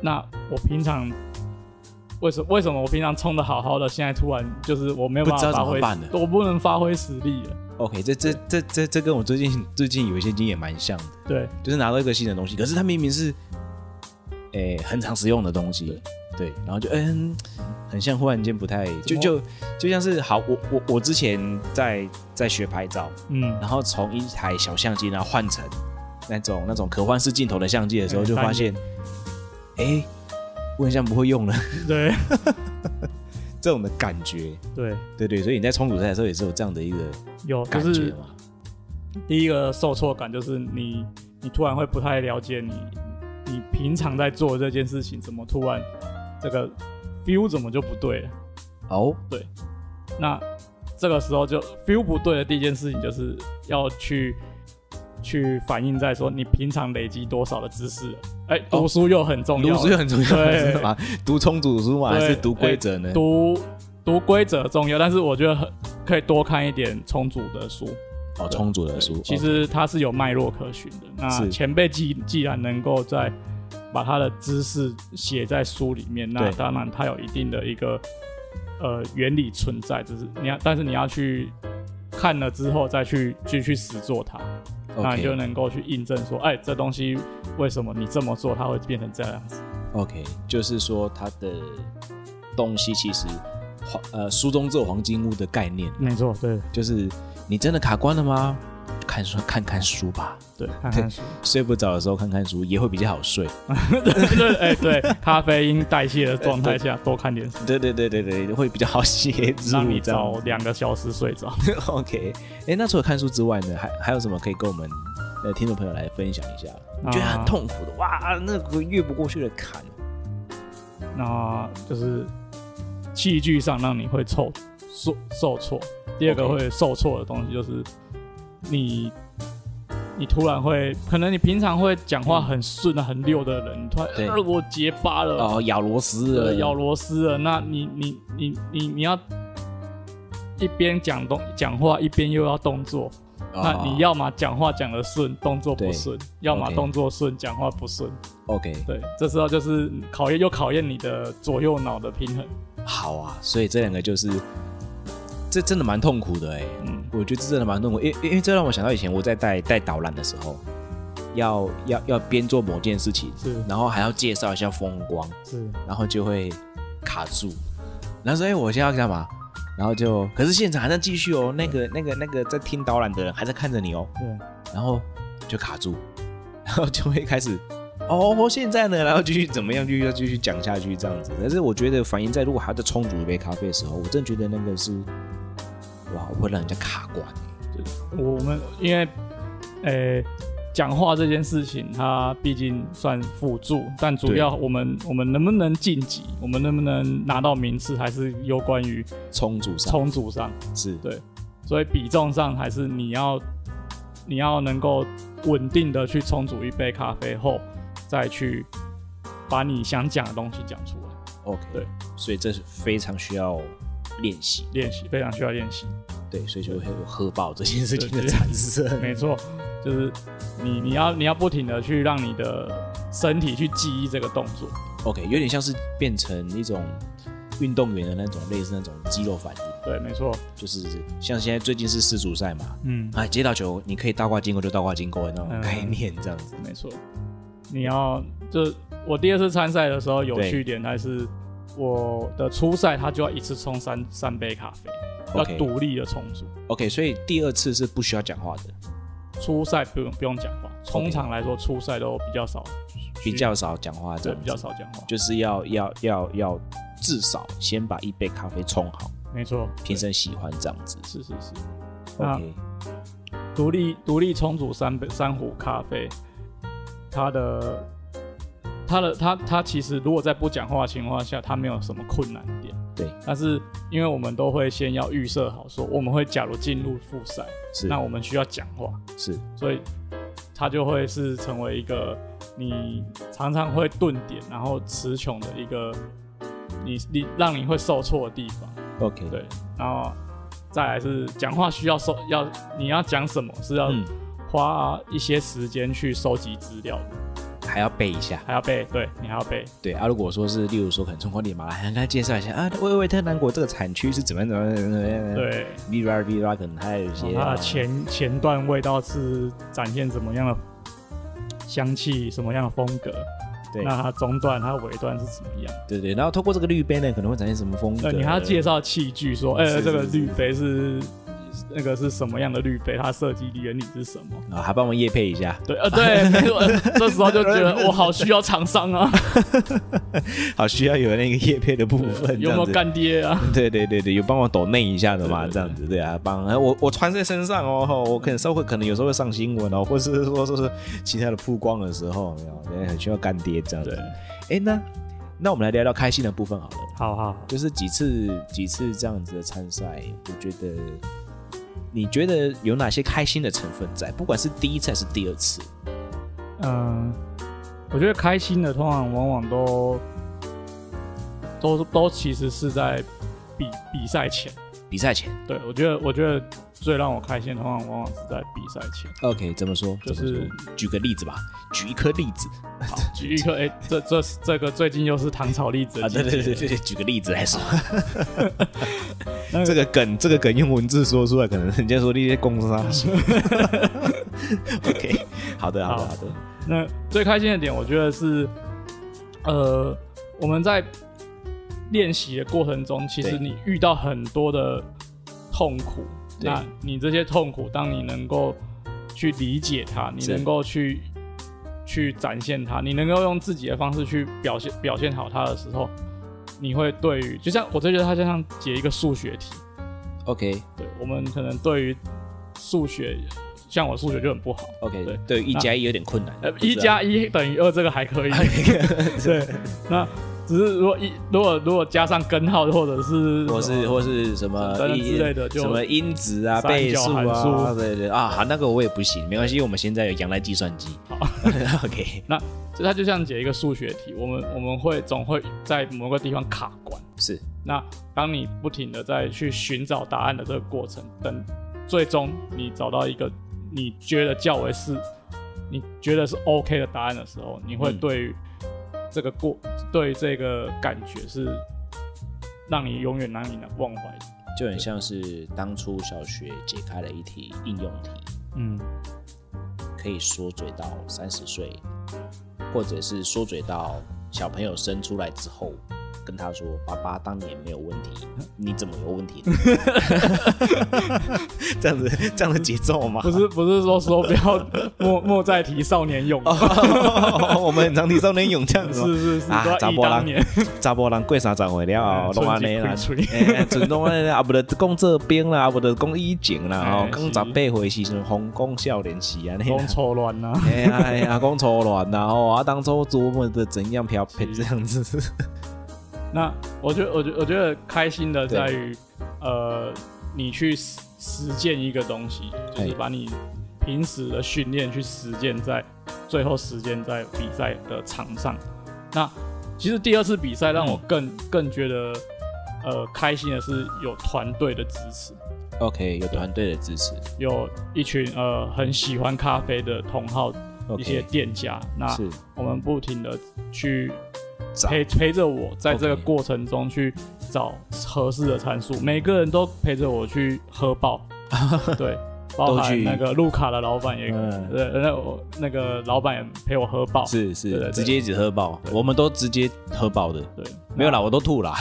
那我平常为什为什么我平常冲的好好的，现在突然就是我没有办不知法道发怎么挥办了，我不能发挥实力了。 ，OK，这这这这这跟我最近最近有一些经验蛮像的，对，就是拿到一个新的东西，可是它明明是，诶、很常使用的东西，对，然后就嗯，很像忽然间不太，就就就像是好，我我我之前在在学拍照，嗯，然后从一台小相机，然后换成那种那种可换式镜头的相机的时候，嗯就发现，哎、我很像不会用了对这种的感觉，对，对对，所以你在冲突赛的时候也是有这样的一个有感就觉是嘛，第一个受挫感就是你你突然会不太了解你你平常在做这件事情，怎么突然这个 feel 怎么就不对了？哦，那这个时候就 feel 不对的第一件事情就是要去去反映在说你平常累积多少的知识了，哎、哦读书又很重读要，啊书就很重要，对是 吧？读冲突书嘛，还对哎是读规则呢？读读规则重要，但是我觉得很可以多看一点充足的书，哦，冲突的对书，其哦实它是有脉络可循的。那是前辈既既然能够在把他的知识写在书里面，那对当然它有一定的一个呃原理存在，就是你要，但是你要去看了之后再去去去实做它，那你就 OK 能够去印证说，哎，这东西为什么你这么做，它会变成这样子？ OK，就是说它的东西其实黄呃书中自有黄金屋的概念，没错，对就是你真的卡关了吗？看书看看书吧，对，看看书，睡不着的时候看看书也会比较好睡。 对，哎对，咖啡因代谢的状态下多看点书， 对对对对对，会比较好协助让你这样早。两个小时睡着。 OK，哎，那除了看书之外呢，还还有什么可以跟我们呃听众朋友来分享一下？啊你觉得很痛苦的哇，那个越不过去的坎。那就是戏剧上让你会受受受挫。第二个 OK 会受挫的东西就是你，你突然会，可能你平常会讲话很顺啊、很溜的人，突然对呃我结巴了，哦，咬螺丝呃了，咬螺丝了，那你你你你你要一边讲动讲话，一边又要动作，哦那你要么讲话讲得顺，动作不对顺；要么 OK 动作顺，讲话不顺。 OK，对，这时候就是考验又考验你的左右脑的平衡。好啊，所以这两个就是，这真的蛮痛苦的哎、嗯我觉得这真的蛮痛苦，因因因为这让我想到以前我在带带导览的时候，要要要边做某件事情，是然后还要介绍一下风光，是然后就会卡住，然后说哎、我现在要干嘛？然后就可是现场还在继续哦，那个那个那个在听导览的人还在看着你哦，对，然后就卡住， 然后就会开始哦，现在呢，然后继续怎么样，继续继续讲下去这样子。但是我觉得反映在如果还要再冲煮一杯咖啡的时候，我真的觉得那个是哇，会让人家卡关。欸我们因为，呃，讲话这件事情，它毕竟算辅助，但主对要我们我们能不能晋级，我们能不能拿到名次，还是有关于冲煮上冲组上，是对所以比重上还是你要你要能够稳定的去冲煮一杯咖啡后，再去把你想讲的东西讲出来， OK，对，所以这是非常需要练习，练习非常需要练习。对，所以就会有喝爆这件事情对的对产生。 没错，就是你你要你要不停的去让你的身体去记忆这个动作。 OK，有点像是变成一种运动员的那种类似那种肌肉反应，对，没错，就是像现在最近是世足赛嘛，嗯，哎，接到球你可以倒挂金钩就倒挂金钩的那种嗯概念，这样子。没错。你要就我第二次参赛的时候，有趣一点还是我的初赛，他就要一次冲三三杯咖啡，要 OK 独立的冲煮。 OK，所以第二次是不需要讲话的，初赛不用不用讲话，通常来说初赛都比较少，比较少讲话，这对样比子较，少讲话，就是要要要要至少先把一杯咖啡冲好，没错，评审喜欢这样子。啊是是是。那 OK，独立独立冲煮三杯三壶咖啡，它的它的它它其实如果在不讲话的情况下，它没有什么困难点。对，但是因为我们都会先要预设好说，我们会假如进入复赛，是那我们需要讲话，是所以它就会是成为一个你常常会顿点，然后词穷的一个你你让你会受挫的地方。 OK，对，然后再来是讲话需要收要你要讲什么是要嗯，花一些时间去收集资料的，还要背一下。还要背，对你还要背，对啊，如果说是例如说可能中国立马来，跟他介绍一下啊，维维特南国这个产区是怎么样怎么样怎么样。对， v r v r 可能还有一些然后它的前前段味道是展现什么样的香气，什么样的风格，对那它中段它的尾段是怎么样？对对，然后透过这个绿杯呢，可能会展现什么风格？呃，你还要介绍器具，说，呃、是这个嗯是是滤杯是那个是什么样的滤杯，它设计原理是什么？啊，还帮我们夜配一下，对，呃，对，没错，这时候就觉得我好需要厂商啊，好需要有那个夜配的部分， 这有没有样子？干爹啊？对对对对，有帮我抖内一下的嘛，这样子对啊，帮哎我我穿在身上哦，吼我可能稍微可能有时候会上新闻哦，或是说说是其他的曝光的时候，有没有对很需要干爹这样子。哎，那那我们来聊聊开心的部分好了，好好好，就是几次几次这样子的参赛，我觉得你觉得有哪些开心的成分在？不管是第一次还是第二次，嗯，我觉得开心的通常往往都都都其实是在比比赛前，比赛前对我觉得我觉得最让我开心的通常往往是在比赛前。 ，OK，怎么哦说？就怎么说是举个例子吧，举一颗例子好，举一个，哎、这这这个最近又是糖炒栗子啊，的季对节对对对，对举个例子来说，那这个梗这个梗用文字说出来，可能人家说那些公司啊 OK，好的好的好好的，那最开心的点，我觉得是，呃，我们在练习的过程中，其实对你遇到很多的痛苦，对那你这些痛苦，当你能够去理解它，你是能够去去展现它，你能够用自己的方式去表现表现好它的时候，你会对于，就像我就觉得它就像解一个数学题， OK 对我们可能对于数学，像我数学就很不好。 OK，对对一加一有点困难呃，，不知一道加一等于二，这个还可以。 对，那只是如果一如果如果加上根号或者是或是或是什么等等之一类的就什么因子啊、三角倍数函啊，数对对啊，好，那个我也不行，没关系，我们现在有仰赖计算机。OK， 那就它就像解一个数学题，我们我们会总会在某个地方卡关。是那当你不停的在去寻找答案的这个过程，等最终你找到一个你觉得较为是你觉得是 OK 的答案的时候，你会嗯对于这个过、对于这个感觉是让你永远难以难忘怀的。就很像是当初小学解开了一题应用题，嗯，可以缩嘴到三十岁，或者是缩嘴到小朋友生出来之后，跟他说：“爸爸当年没有问题，你怎么有问题呢？” 这样子这样的节奏吗？ 不是不是说说不要莫莫再提少年勇， 哦我们很常提少年勇这样子吗。 是是是，啊都要查忆甫人当年。查甫人过三十岁了，哦哎 拢安尼啦，春季 哎，准拢安尼啦，啊，无就讲这边啦，啊，无就讲以前啦，哦哎，讲是十八岁时阵，红讲少年时啊安尼啦拢。错乱啊呐， 哎呀哎呀，讲错乱啦哦，啊，当初琢磨的怎样漂配这样子， 那我觉得，我觉我觉得开心的在于，呃，你去实实践一个东西，就是哎把你平时的训练去实践在最后实践在比赛的场上。那其实第二次比赛让嗯我更、更觉得，呃，开心的是有团队的支持， OK，有团队的支持有一群呃很喜欢咖啡的同好一些，OK，啊店家，那是我们不停的去找陪陪着我，在 OK 这个过程中去找合适的参数，每个人都陪着我去喝爆， 对，包都去含那个路卡的老板也，嗯对，那我那个老板也陪我喝爆，是哦对是，对直接一直喝爆，对啊我们都直接喝爆的，对，没有那啦，我都吐啦，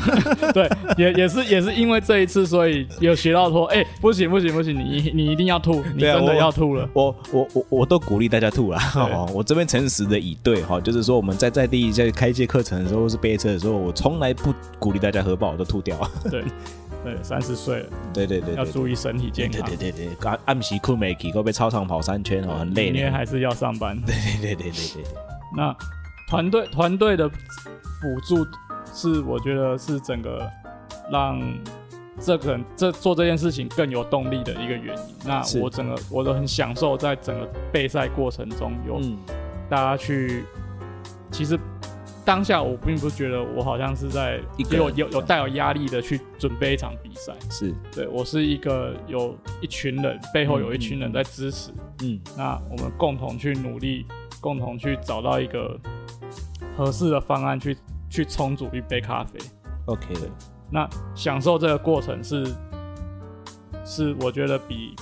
对，也也是也是因为这一次，所以有学到说，哎、不行不行不行，你你一定要吐，你对啊真的我要吐了，我我我我都鼓励大家吐啦， 哦，我这边诚实的以对哈、就是说我们在在地在开一些课程的时候，或是备车的时候，我从来不鼓励大家喝爆，我都吐掉。 对对，三十岁了对对对对要对注意啊身体健对康，对对对，暗暗时困没起，够被操场跑三圈哦，很累明天的。嗯还是要上班。对对对对对对，那团队团队的辅助是我觉得是整个让这个这做这件事情更有动力的一个原因。那是我整个我都很享受在整个备赛过程中有嗯，大家去，其实当下我并不觉得我好像是在一个人有有有带有压力的去准备一场比赛，是，对我是一个有一群人背后有一群人在支持，嗯，那我们共同去努力，共同去找到一个合适的方案去去冲煮一杯咖啡。 OK，那享受这个过程是是我觉得比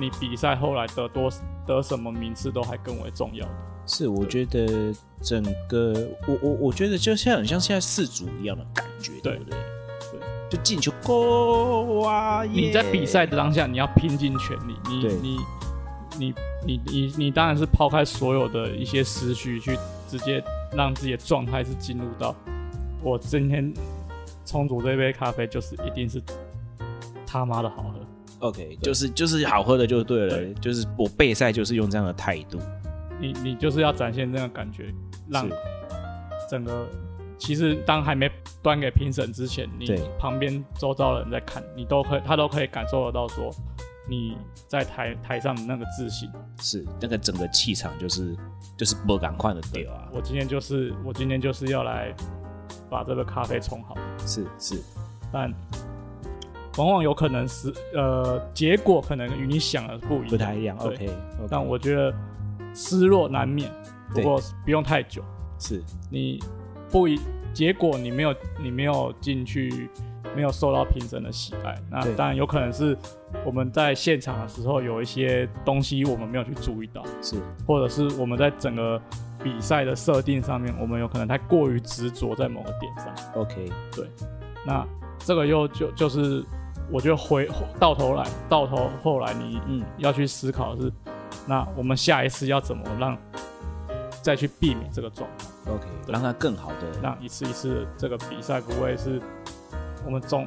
你比赛后来得多得什么名次都还更为重要的。是，我觉得整个我我我觉得就像很像现在四足一样的感觉，对对不对？对，就进球，Go 啊！你在比赛的当下，你要拼尽全力，你对你你你你你当然是抛开所有的一些思绪，去直接让自己的状态是进入到我今天冲煮这杯咖啡，就是一定是他妈的好喝。 ，OK，就是就是好喝的就对了，对就是我备赛就是用这样的态度，你你就是要展现这样的感觉，让是整个其实当还没端给评审之前，你对旁边周遭的人在看，你都可以他都可以感受得到说你在台台上的那个自信。是那个整个气场就是就是不赶快的丢啊，我今天就是我今天就是要来把这个咖啡冲好，是是但往往有可能是呃结果可能与你想的不一样，不太一样对，OK，但我觉得失落难免，不对过不用太久。是你不一结果你没有你没有进去，没有受到评审的喜爱，那对当然有可能是我们在现场的时候有一些东西我们没有去注意到，是或者是我们在整个比赛的设定上面，我们有可能太过于执着在某个点上。 OK，那这个又就就是我觉得回到头来，到头后来你嗯，要去思考的是，那我们下一次要怎么让再去避免这个状况。 OK，让它更好的，让一次一次这个比赛不会是我们总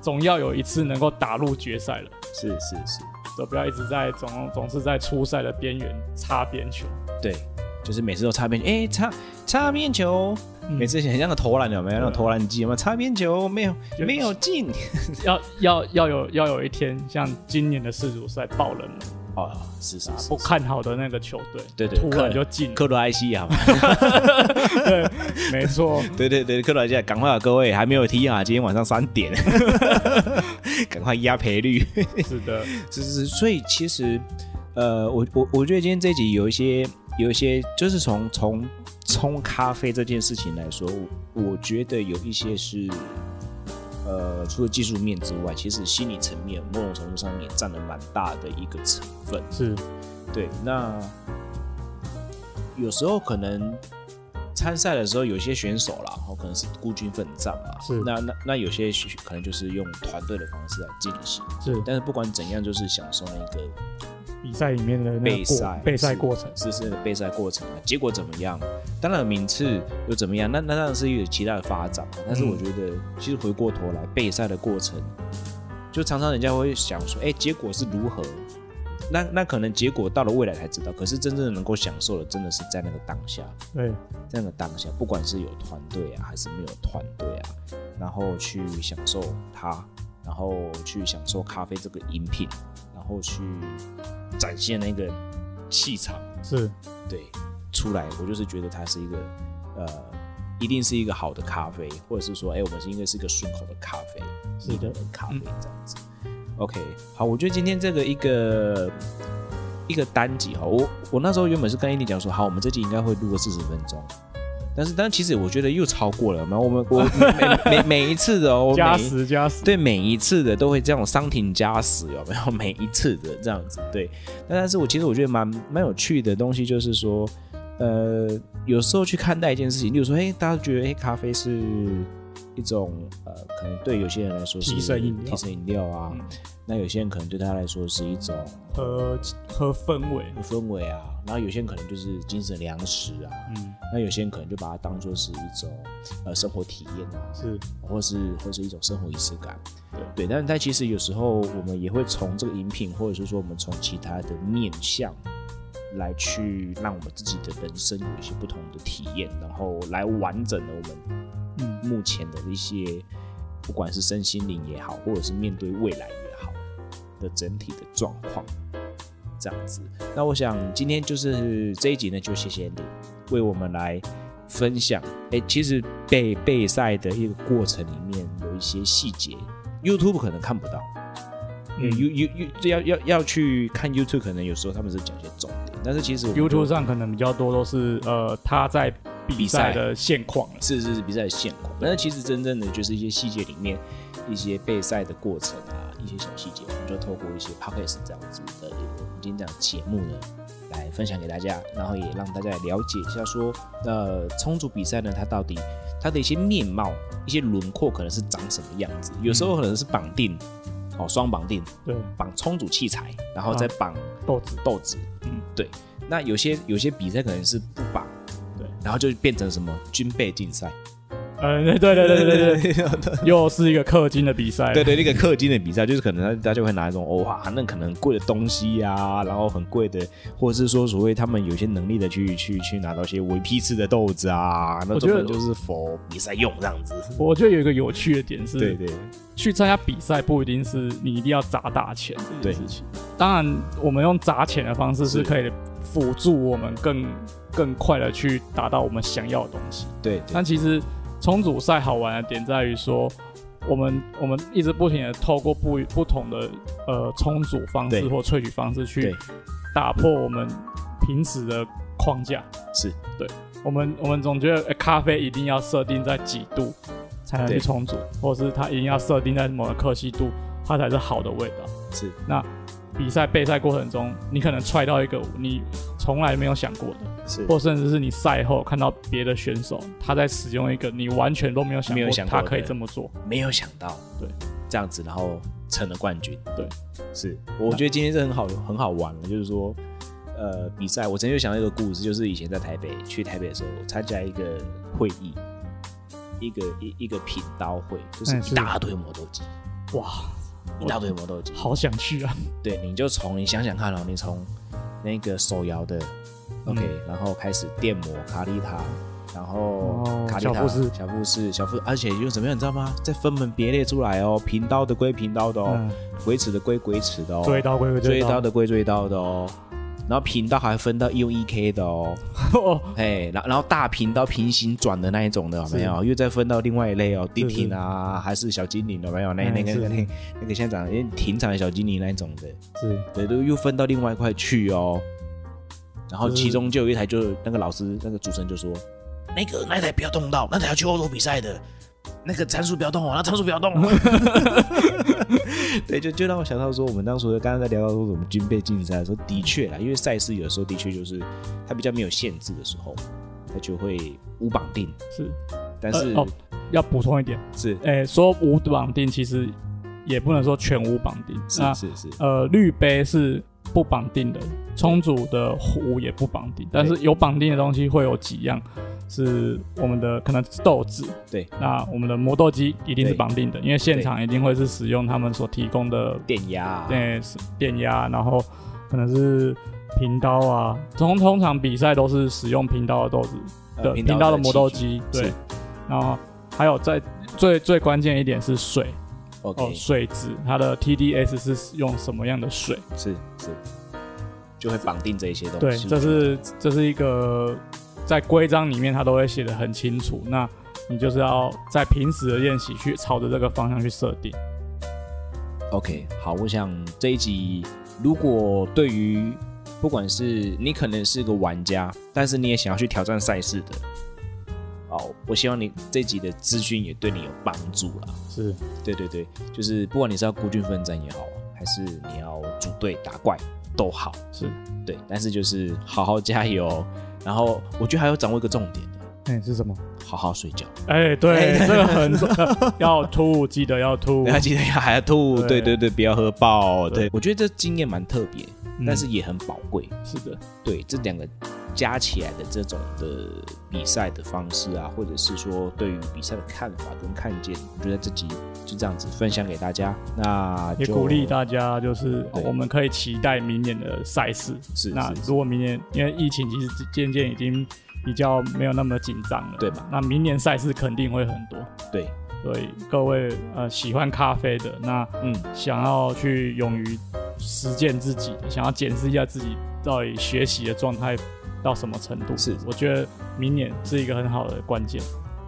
总要有一次能够打入决赛了，是是是，就不要一直在总总是在初赛的边缘擦边球。对，就是每次都擦边，哎、擦擦边球，嗯每次很像个投篮，有没有？那种投篮机有没有？擦边球没有啊就没有进，要要要有要有一天像今年的世足赛爆冷门，啊哦，是是是不，看好的那个球队，对对突然就进了，克罗埃西 亚嘛，没错，对对对，克罗埃西亚，赶快啊，各位还没有踢啊，今天晚上三点， 赶快压赔率。是的，是是，是所以其实，呃，我我我觉得今天这集有一些有一些，就是从从冲咖啡这件事情来说，我我觉得有一些是，呃，除了技术面之外，其实心理层面某种程度上也占了蛮大的一个成分。是对，那有时候可能参赛的时候，有些选手啦，哦，可能是孤军奋战嘛，是那那那有些选可能就是用团队的方式来进行。是但是不管怎样，就是享受那个比赛里面的那备赛备赛过程，是是那个备赛过程啊，结果怎么样？当然名次又怎么样？那那当然是有其他的发展嘛。但是我嗯觉得，其实回过头来，备赛的过程，就常常人家会想说，哎、结果是如何？那那可能结果到了未来才知道，可是真正能够享受的，真的是在那个当下。对，在那个当下，不管是有团队啊，还是没有团队啊，然后去享受它，然后去享受咖啡这个饮品，然后去展现那个气场，是对，出来，我就是觉得它是一个呃，一定是一个好的咖啡，或者是说，哎、我们是应该是一个顺口的咖啡，是的一个咖啡这样子。OK，好，我觉得今天这个一个一个单集哈，我我那时候原本是跟伊妮讲说，好，我们这集应该会录个四十分钟。但是，但其实我觉得又超过了嘛。我们我每每每一次的哦，我每 加一时加时，对每一次的都会这种伤停加时，有没有？每一次的这样子，对。那但是我其实我觉得蛮蛮有趣的东西，就是说，呃，有时候去看待一件事情，例如说，哎，大家觉得，哎，咖啡是一种呃，可能对有些人来说是提神饮料提神饮料啊。嗯那有些人可能对他来说是一种和和氛围，氛围啊，然后有些人可能就是精神粮食啊，嗯，那有些人可能就把它当做是一种呃生活体验啊，是或是或是一种生活仪式感。对对，但是它其实有时候我们也会从这个饮品，或者是说我们从其他的面向来去让我们自己的人生有一些不同的体验，然后来完整了我们嗯目前的一些，不管是身心灵也好，或者是面对未来也好的整体的状况。这样子，那我想今天就是这一集呢，就谢谢你为我们来分享。哎，其实备备赛的一个过程里面有一些细节，YouTube 可能看不到。因嗯为 You You You 这要要要去看 YouTube，可能有时候他们是讲一些重点，但是其实我们 YouTube 上可能比较多都是呃他在比比赛赛的现况了。是是是比赛的现况，但是其实真正的就是一些细节里面一些备赛的过程啊，一些小细节，我们就透过一些 podcast 这样子的我们今天这样节目呢，来分享给大家，然后也让大家来了解一下说，呃，冲煮比赛呢，它到底它的一些面貌、一些轮廓可能是长什么样子，有时候可能是绑定。哦，双绑定，对，绑冲煮器材，然后再绑豆子，豆子，嗯，对。那有些有些比赛可能是不绑，对，然后就变成什么军备竞赛， 呃，对对对对对对对，对又是一个氪金的比赛。对对，那个氪金的比赛，就是可能大家就会拿一种哦哇，那可能很贵的东西呀、然后很贵的，或者是说所谓他们有些能力的去去去拿到一些微批次的豆子啊，那我觉专得门就是否比赛用这样子。我觉得有一个有趣的点对是，对去参加比赛不一定是你一定要砸大钱这对件事情。当然，我们用砸钱的方式是是可以辅助我们更更快的去达到我们想要的东西。对但对，其实重组赛好玩的点在于说，我们我们一直不停的透过不不同的呃重组方式对或萃取方式去对打破我们平时的框架。是我们我们总觉得、呃咖啡一定要设定在几度才能对去重组，或是它一定要设定在某个克西度，它才是好的味道。是，那比赛备赛过程中，你可能踹到一个你从来没有想过的，是或甚至是你赛后看到别的选手他在使用一个你完全都没有想没有过想过他的可以这么做。没有想到，对，这样子然后成了冠军。对，是，我觉得今天是很好很好玩的，就是说，呃，比赛，我曾经就想到一个故事，就是以前在台北去台北的时候，参加一个会议，一个一一个品刀会，就是嗯一是大堆磨豆机，哇，一大堆磨豆机，好想去啊！对，你就从你想想看哦，你从那个手摇的，OK，、然嗯后开始电摩卡丽塔，然后哦卡丽小塔、富士小富士、小富士，而且用怎么样，你知道吗？再分门别类出来哦，平刀的归平刀的哦嗯，鬼齿的归鬼齿的哦，追刀归追追刀，的归追刀的哦。然后频道还分到用 E K 的 哦，哎，然后然后大频道平行转的那一种的有没有？又再分到另外一类哦，低是是频啊，还是小精灵的有没有？那那个哎是那个那个现在长因为停产的小精灵那一种的，是对，都又分到另外一块去哦。然后其中就有一台就，那个老师那个主持人就说：“那个那台不要动到，那台要去欧洲比赛的，那个参数不要动哦，那参数不要动哦。” 对，就就让我想到说，我们当初刚刚在聊到说什么军备竞赛的时候，的确啦，因为赛事有的时候的确就是它比较没有限制的时候，它就会无绑定，是，但是、呃哦哎要补充一点，是诶、说无绑定其实也不能说全无绑定，那是是是呃，绿杯是不绑定的，充足的壶也不绑定，但是有绑定的东西会有几样，是我们的可能是豆子，对，那我们的磨豆机一定是对绑定的，因为现对场一定会是使用他们所提供的电压啊、呃是电压，然后可能是平刀啊，通通常比赛都是使用平刀的豆子呃的频平刀的磨豆器具机，是对，然后还有在最最关键一点是水，OK，、哦，水质它的 TDS 是用什么样的水？是是，就会绑定这一些东对，西。这是这是一个在规章里面它都会写的很清楚。那你就是要在平时的练习去朝着这个方向去设定。 OK，好，我想这一集如果对于不管是你可能是个玩家，但是你也想要去挑战赛事的，哦，我希望你这集的资讯也对你有帮助啦。是，对对对，就是不管你是要孤军奋战也好，还是你要组队打怪都好，是，对，但是就是好好加油。然后我觉得还有掌握一个重点哎、是什么？好好睡觉，哎、对，这个很重 要，要吐，记得要吐不。要记得要还要吐，对对对对，不要喝爆。对对我觉得这经验蛮特别，嗯但是也很宝贵。是的，对这两个加起来的这种的比赛的方式啊，或者是说对于比赛的看法跟看见，我觉得这集就这样子分享给大家。那也就鼓励大家，就是对我们可以期待明年的赛事。是那是是如果明年因为疫情其实渐渐已经比较没有那么紧张了，对吧？那明年赛事肯定会很多。对，所以各位呃喜欢咖啡的，那嗯，想要去勇于实践自己的，想要检视一下自己到底学习的状态到什么程度。是我觉得明年是一个很好的关键，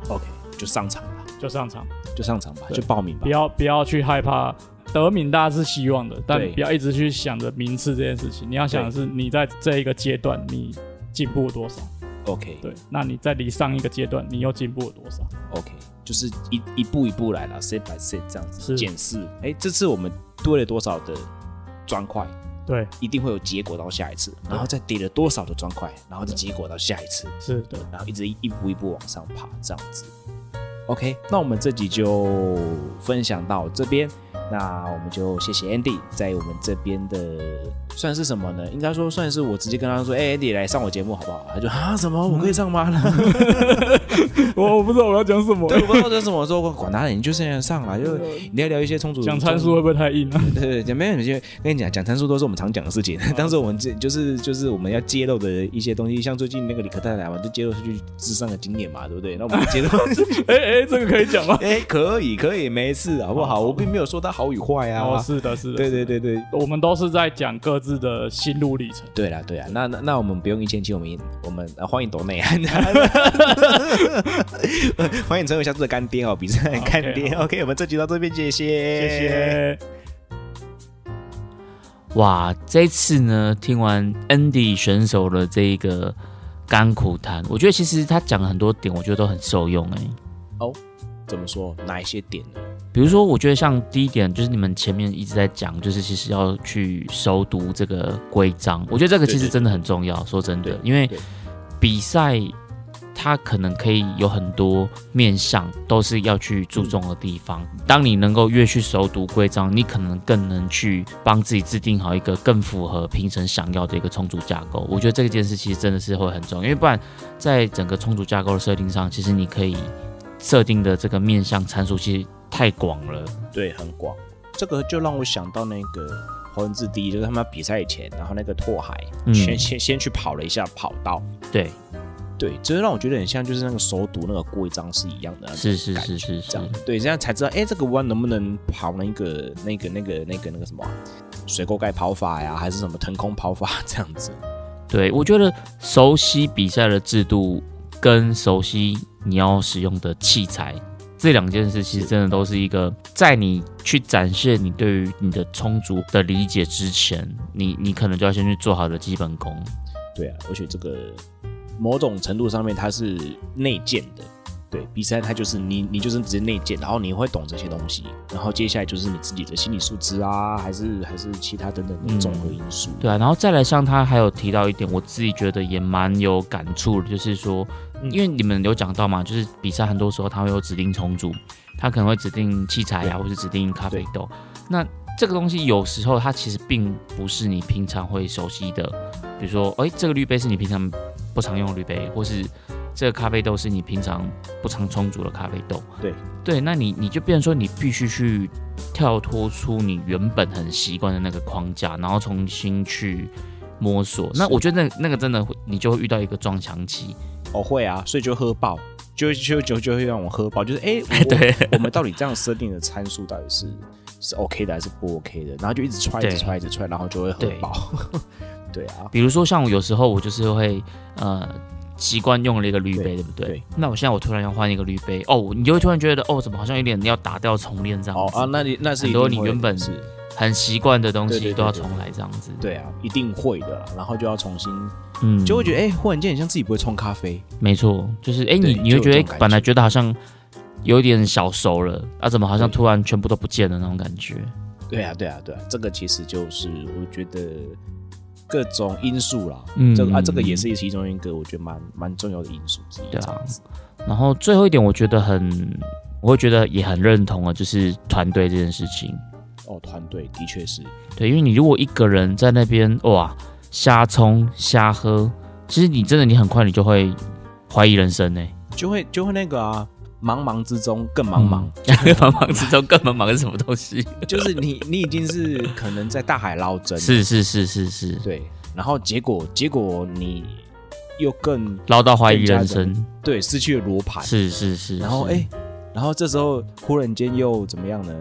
OK，就上场吧，就上场，就上场吧，对就报名吧不。要不要去害怕得名，大家是希望的，但对不要一直去想着名次这件事情。你要想的是你在这一个阶段你进步了多少， OK 对，那你在离上一个阶段你又进步了多少？ OK，就是一一步一步来了，step by step 这样子是检视。哎，这次我们堆了多少的砖块，对，一定会有结果到下一次，然后再叠了多少的砖块，然后再结果到下一次，是的，然后一直一步一步往上爬这样子。OK，那我们这集就分享到这边，那我们就谢谢 Andy 在我们这边的算是什么呢？应该说算是我直接跟他说，哎、a n d y 来上我节目好不好？他就啊什么我可以上吗？ 我我不知道我要讲什么，嗯对，我不知道这怎么说，管他的，你就现在上来，就聊聊一些充足讲参数会不会太硬啊？对对，对，没有，因为跟你讲，讲参数都是我们常讲的事情。 当时我们这就是就是我们要揭露的一些东西，像最近那个李克太太嘛，就揭露出去智商的经验嘛，对不对？那我们就揭露，？哎哎，这个可以讲吗 哎，可以可以，没事，好不好？我并没有说他好与坏哦，啊。是的，是的，对对对对。我们都是在讲各自的心路历程。对啦，对啦，那那那我们不用一千七，我们我们、呃、欢迎抖 内，欢迎成为下次的干爹哦，比赛干爹。 OK， OK，, 我们这集到这边，谢谢，谢谢哎谢，哇，这次呢，听完 Andy 选手的这一个甘苦谈，我觉得其实他讲了很多点，我觉得都很受用哎、怎么说？哪一些点呢？比如说，我觉得像第一点就是你们前面一直在讲，就是其实要去熟读这个规章，我觉得这个其对实对真的很重要。说真的对，因为对比赛它可能可以有很多面向，都是要去注重的地方。当你能够越去熟读规章，你可能更能去帮自己制定好一个更符合评审想要的一个充足架构。我觉得这件事其实真的是会很重要，因为不然在整个充足架构的设定上，其实你可以设定的这个面向参数其实太广了。对，很广。这个就让我想到那个侯文志第一，就是他们比赛前，然后那个拓海、嗯先先先去跑了一下跑道，对，对，这就让我觉得很像就是那个熟读那个规章是一样的那啊种是是感觉是是是这，样对，这样才知道，哎、这个弯能不能跑那个、那个、那个、那个、那个什么啊水沟盖跑法啊呀，还是什么腾空跑法这样子？ 对我觉得熟悉比赛的制度跟熟悉你要使用的器材。这两件事其实真的都是一个，在你去展现你对于你的充足的理解之前，你你可能就要先去做好的基本功。对啊，而且这个某种程度上面它是内建的，对，比赛它就是你你就是直接内建，然后你会懂这些东西，然后接下来就是你自己的心理素质啊，还是还是其他等等的综合因素。对啊，然后再来像他还有提到一点，我自己觉得也蛮有感触的，就是说，嗯因为你们有讲到嘛，就是比赛很多时候他会有指定重组，他可能会指定器材呀、对或是指定咖啡对豆。那这个东西有时候它其实并不是你平常会熟悉的，比如说，哎、这个滤杯是你平常不常用的滤杯，或是这个咖啡豆是你平常不常充足的咖啡豆。对对，那你你就变成说你必须去跳脱出你原本很习惯的那个框架，然后重新去摸索。那是我觉得那那个真的会，你就会遇到一个撞墙期。哦，会啊，所以就喝爆，就就就就会让我喝爆，就是 哎，我对我们到底这样设定的参数到底是是 OK 的还是不 OK 的，然后就一直踹，一对直踹，一直踹，然后就会喝对爆。 对啊，比如说像我有时候我就是会呃习惯用了一个滤对杯，对不对？对那我现在我突然要换一个滤杯，哦，我你就会突然觉得哦，怎么好像有点要打掉重练这样哦子。啊，那你那是一很多定你会原的本是。很习惯的东对对西对都要对重来这样子。对啊，一定会的啦，然后就要重新，嗯，就会觉得哎、忽然间很像自己不会冲咖啡，没错，就是哎、你对你会就有觉这得种感觉本来觉得好像有点小熟了，啊，怎么好像对突然全部都不见了那种感觉？对啊，对啊，对啊，这个其实就是我觉得各种因素啦，嗯这个啊，这个也是其中一个我觉得蛮蛮重要的因素之一，对啊这样子，然后最后一点，我觉得很，我会觉得也很认同啊，就是团队这件事情。哦，团队的确是，对，因为你如果一个人在那边哇瞎冲瞎喝，其实你真的你很快你就会怀疑人生呢、就会就会那个啊，茫茫之中更茫茫，嗯茫茫之中更茫茫是什么东西？ 就是你你已经是可能在大海捞 针，嗯是是是是是，对，然后结果结果你又更捞到怀疑更加人的生，对失去了罗盘，是是是。然后是哎、然后这时候忽然间又怎么样呢？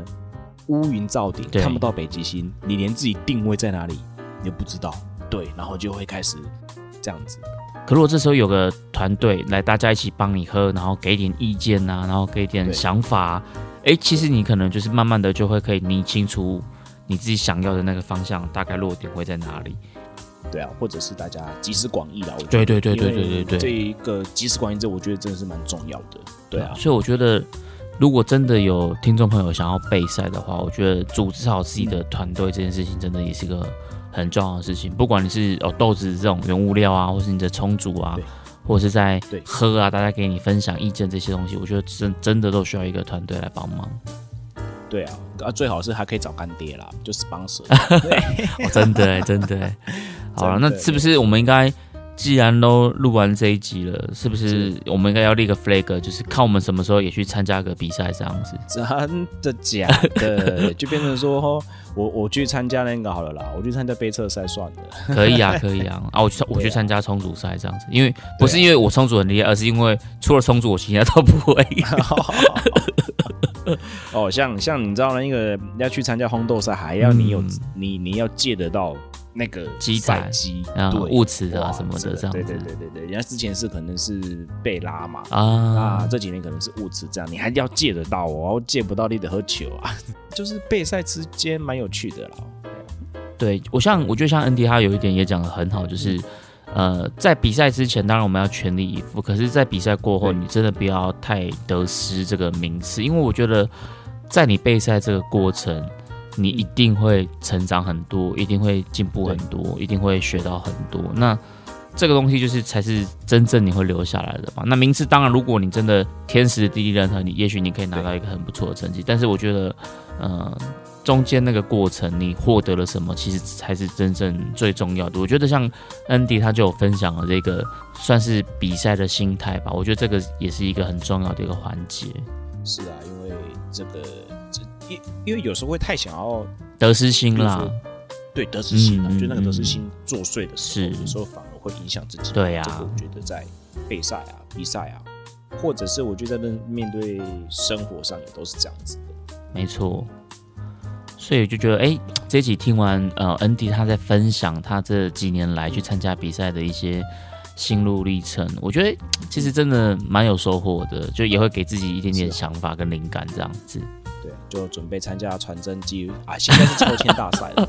乌云罩顶，对看不到北极星，你连自己定位在哪里你都不知道，对，然后就会开始这样子。可如果这时候有个团队来，大家一起帮你喝，然后给点意见呐、然后给点对想法、啊，哎，其实你可能就是慢慢的就会可以理清楚你自己想要的那个方向，大概落点会在哪里。对啊，或者是大家集思广益啦。我觉得对对对对因对对为这对。一个集思广益，这我觉得真的是蛮重要的。对啊，所以我觉得，如果真的有听众朋友想要备赛的话，我觉得组织好自己嗯的团队这件事情，真的也是个很重要的事情。不管你是哦豆子这种原物料啊，或是你的充足啊对，或者是在对喝啊，大家给你分享意见这些东西，我觉得真真的都需要一个团队来帮忙。对啊，啊，最好是还可以找干爹啦，就 sponsor。 哦、真的欸，真的欸。好了，真那的是不是我们应该，既然都录完这一集了，是不是我们应该要立个 flag，就是看我们什么时候也去参加个比赛这样 子？真的假 的？就变成说，吼我我去参加那个好了啦，我去参加杯测赛算 了。可以啊，可以啊。啊，我去我去对啊参加冲组赛这样子，因为不是因为我冲组很厉害，而是因为除了冲组，我其他都不 会。哦，像像你知道那个要去参加烘豆赛，还要你有、嗯你你要借得到那个机赛台机啊对物资啊哇什么的真这样对子对对对对，人家之前是可能是贝拉嘛。啊啊，，这几年可能是物质这样，你还要借得到哦，借不到你得喝酒啊。 就是备赛之间蛮有趣的啦，对我像我觉得像 N D 他有一点也讲的很好，嗯就是。呃，在比赛之前，当然我们要全力以赴。可是，在比赛过后，对你真的不要太得失这个名次，因为我觉得，在你备赛这个过程，你一定会成长很多，一定会进步很多，一定会学到很多。那这个东西就是才是真正你会留下来的嘛。那名次当然，如果你真的天时地利人和，你也许你可以拿到一个很不错的成绩。但是我觉得，呃，中间那个过程你获得了什么，其实才是真正最重要的。我觉得像 Andy 他就有分享了这个算是比赛的心态吧，我觉得这个也是一个很重要的一个环节。是啊，因为这个这因因为有时候会太想要得失心啦就，是对得失心啊，嗯就那个得失心作祟的时候，是有时候反而会影响自己。对啊这个我觉得在备赛啊、比赛啊，或者是我觉得在面对生活上也都是这样子的。没错。所以就觉得，哎、这一集听完，呃，N D 他在分享他这几年来去参加比赛的一些心路历程，我觉得其实真的蛮有收获的，就也会给自己一点点是啊想法跟灵感这样子对，就准备参加传真机啊，现在是抽签大赛了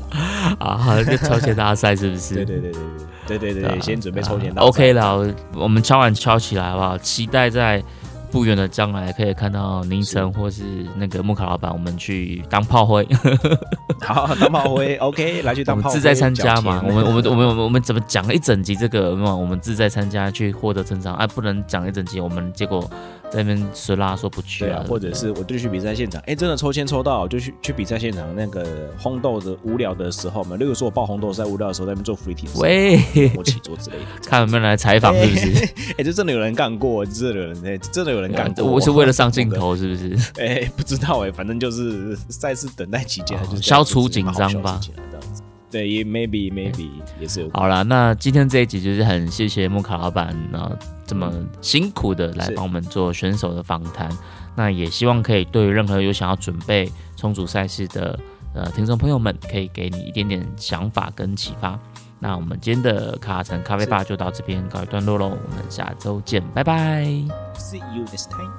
嘛。啊，好就超前大赛是不 是？对对对对对对对对啊对，先准备抽签大啊赛。 OK 啦，我我们敲碗敲起来好不好？期待在不远的将来可以看到宁晨或是那个木卡老板，我们去当炮灰， 好，当 炮灰 OK，来去我当们炮灰。自在参加嘛。缴我钱们我们我们我们我们怎么讲了一整集这个？有没有我们自在参加去获得成长啊，不能讲一整集，我们结果在那边随拉说不去对啊，或者是我就去比赛现场，哎，真的抽签抽到，就去去比赛现场那个烘豆的无聊的时候嘛，例如说我报红豆赛无聊的时候，在那边做 free t 喂，默契桌之类的。 看有没有人来采访，是不是？哎、这真的有人干过，真的有人，哎真的有人干过。呃我是为了上镜，头，是不是？ 哎、不知道哎、反正就是赛事等待期间，哦他就是消除紧张吧哎蛮好消息的这样子。对，也 maybe maybe 也是有可能。好啦，那今天这一集就是很谢谢木卡老板啊，呃这么辛苦的来是帮我们做选手的访谈。那也希望可以对于任何有想要准备冲组赛事的呃听众朋友们，可以给你一点点想法跟启发。那我们今天的卡城咖啡吧就到这边告一段落喽，我们下周见，拜拜。 See you next time。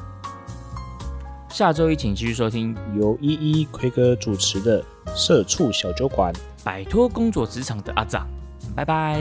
下周一请继续收听由依依奎哥主持的《社畜小酒馆》。摆脱工作职场的阿长，拜拜。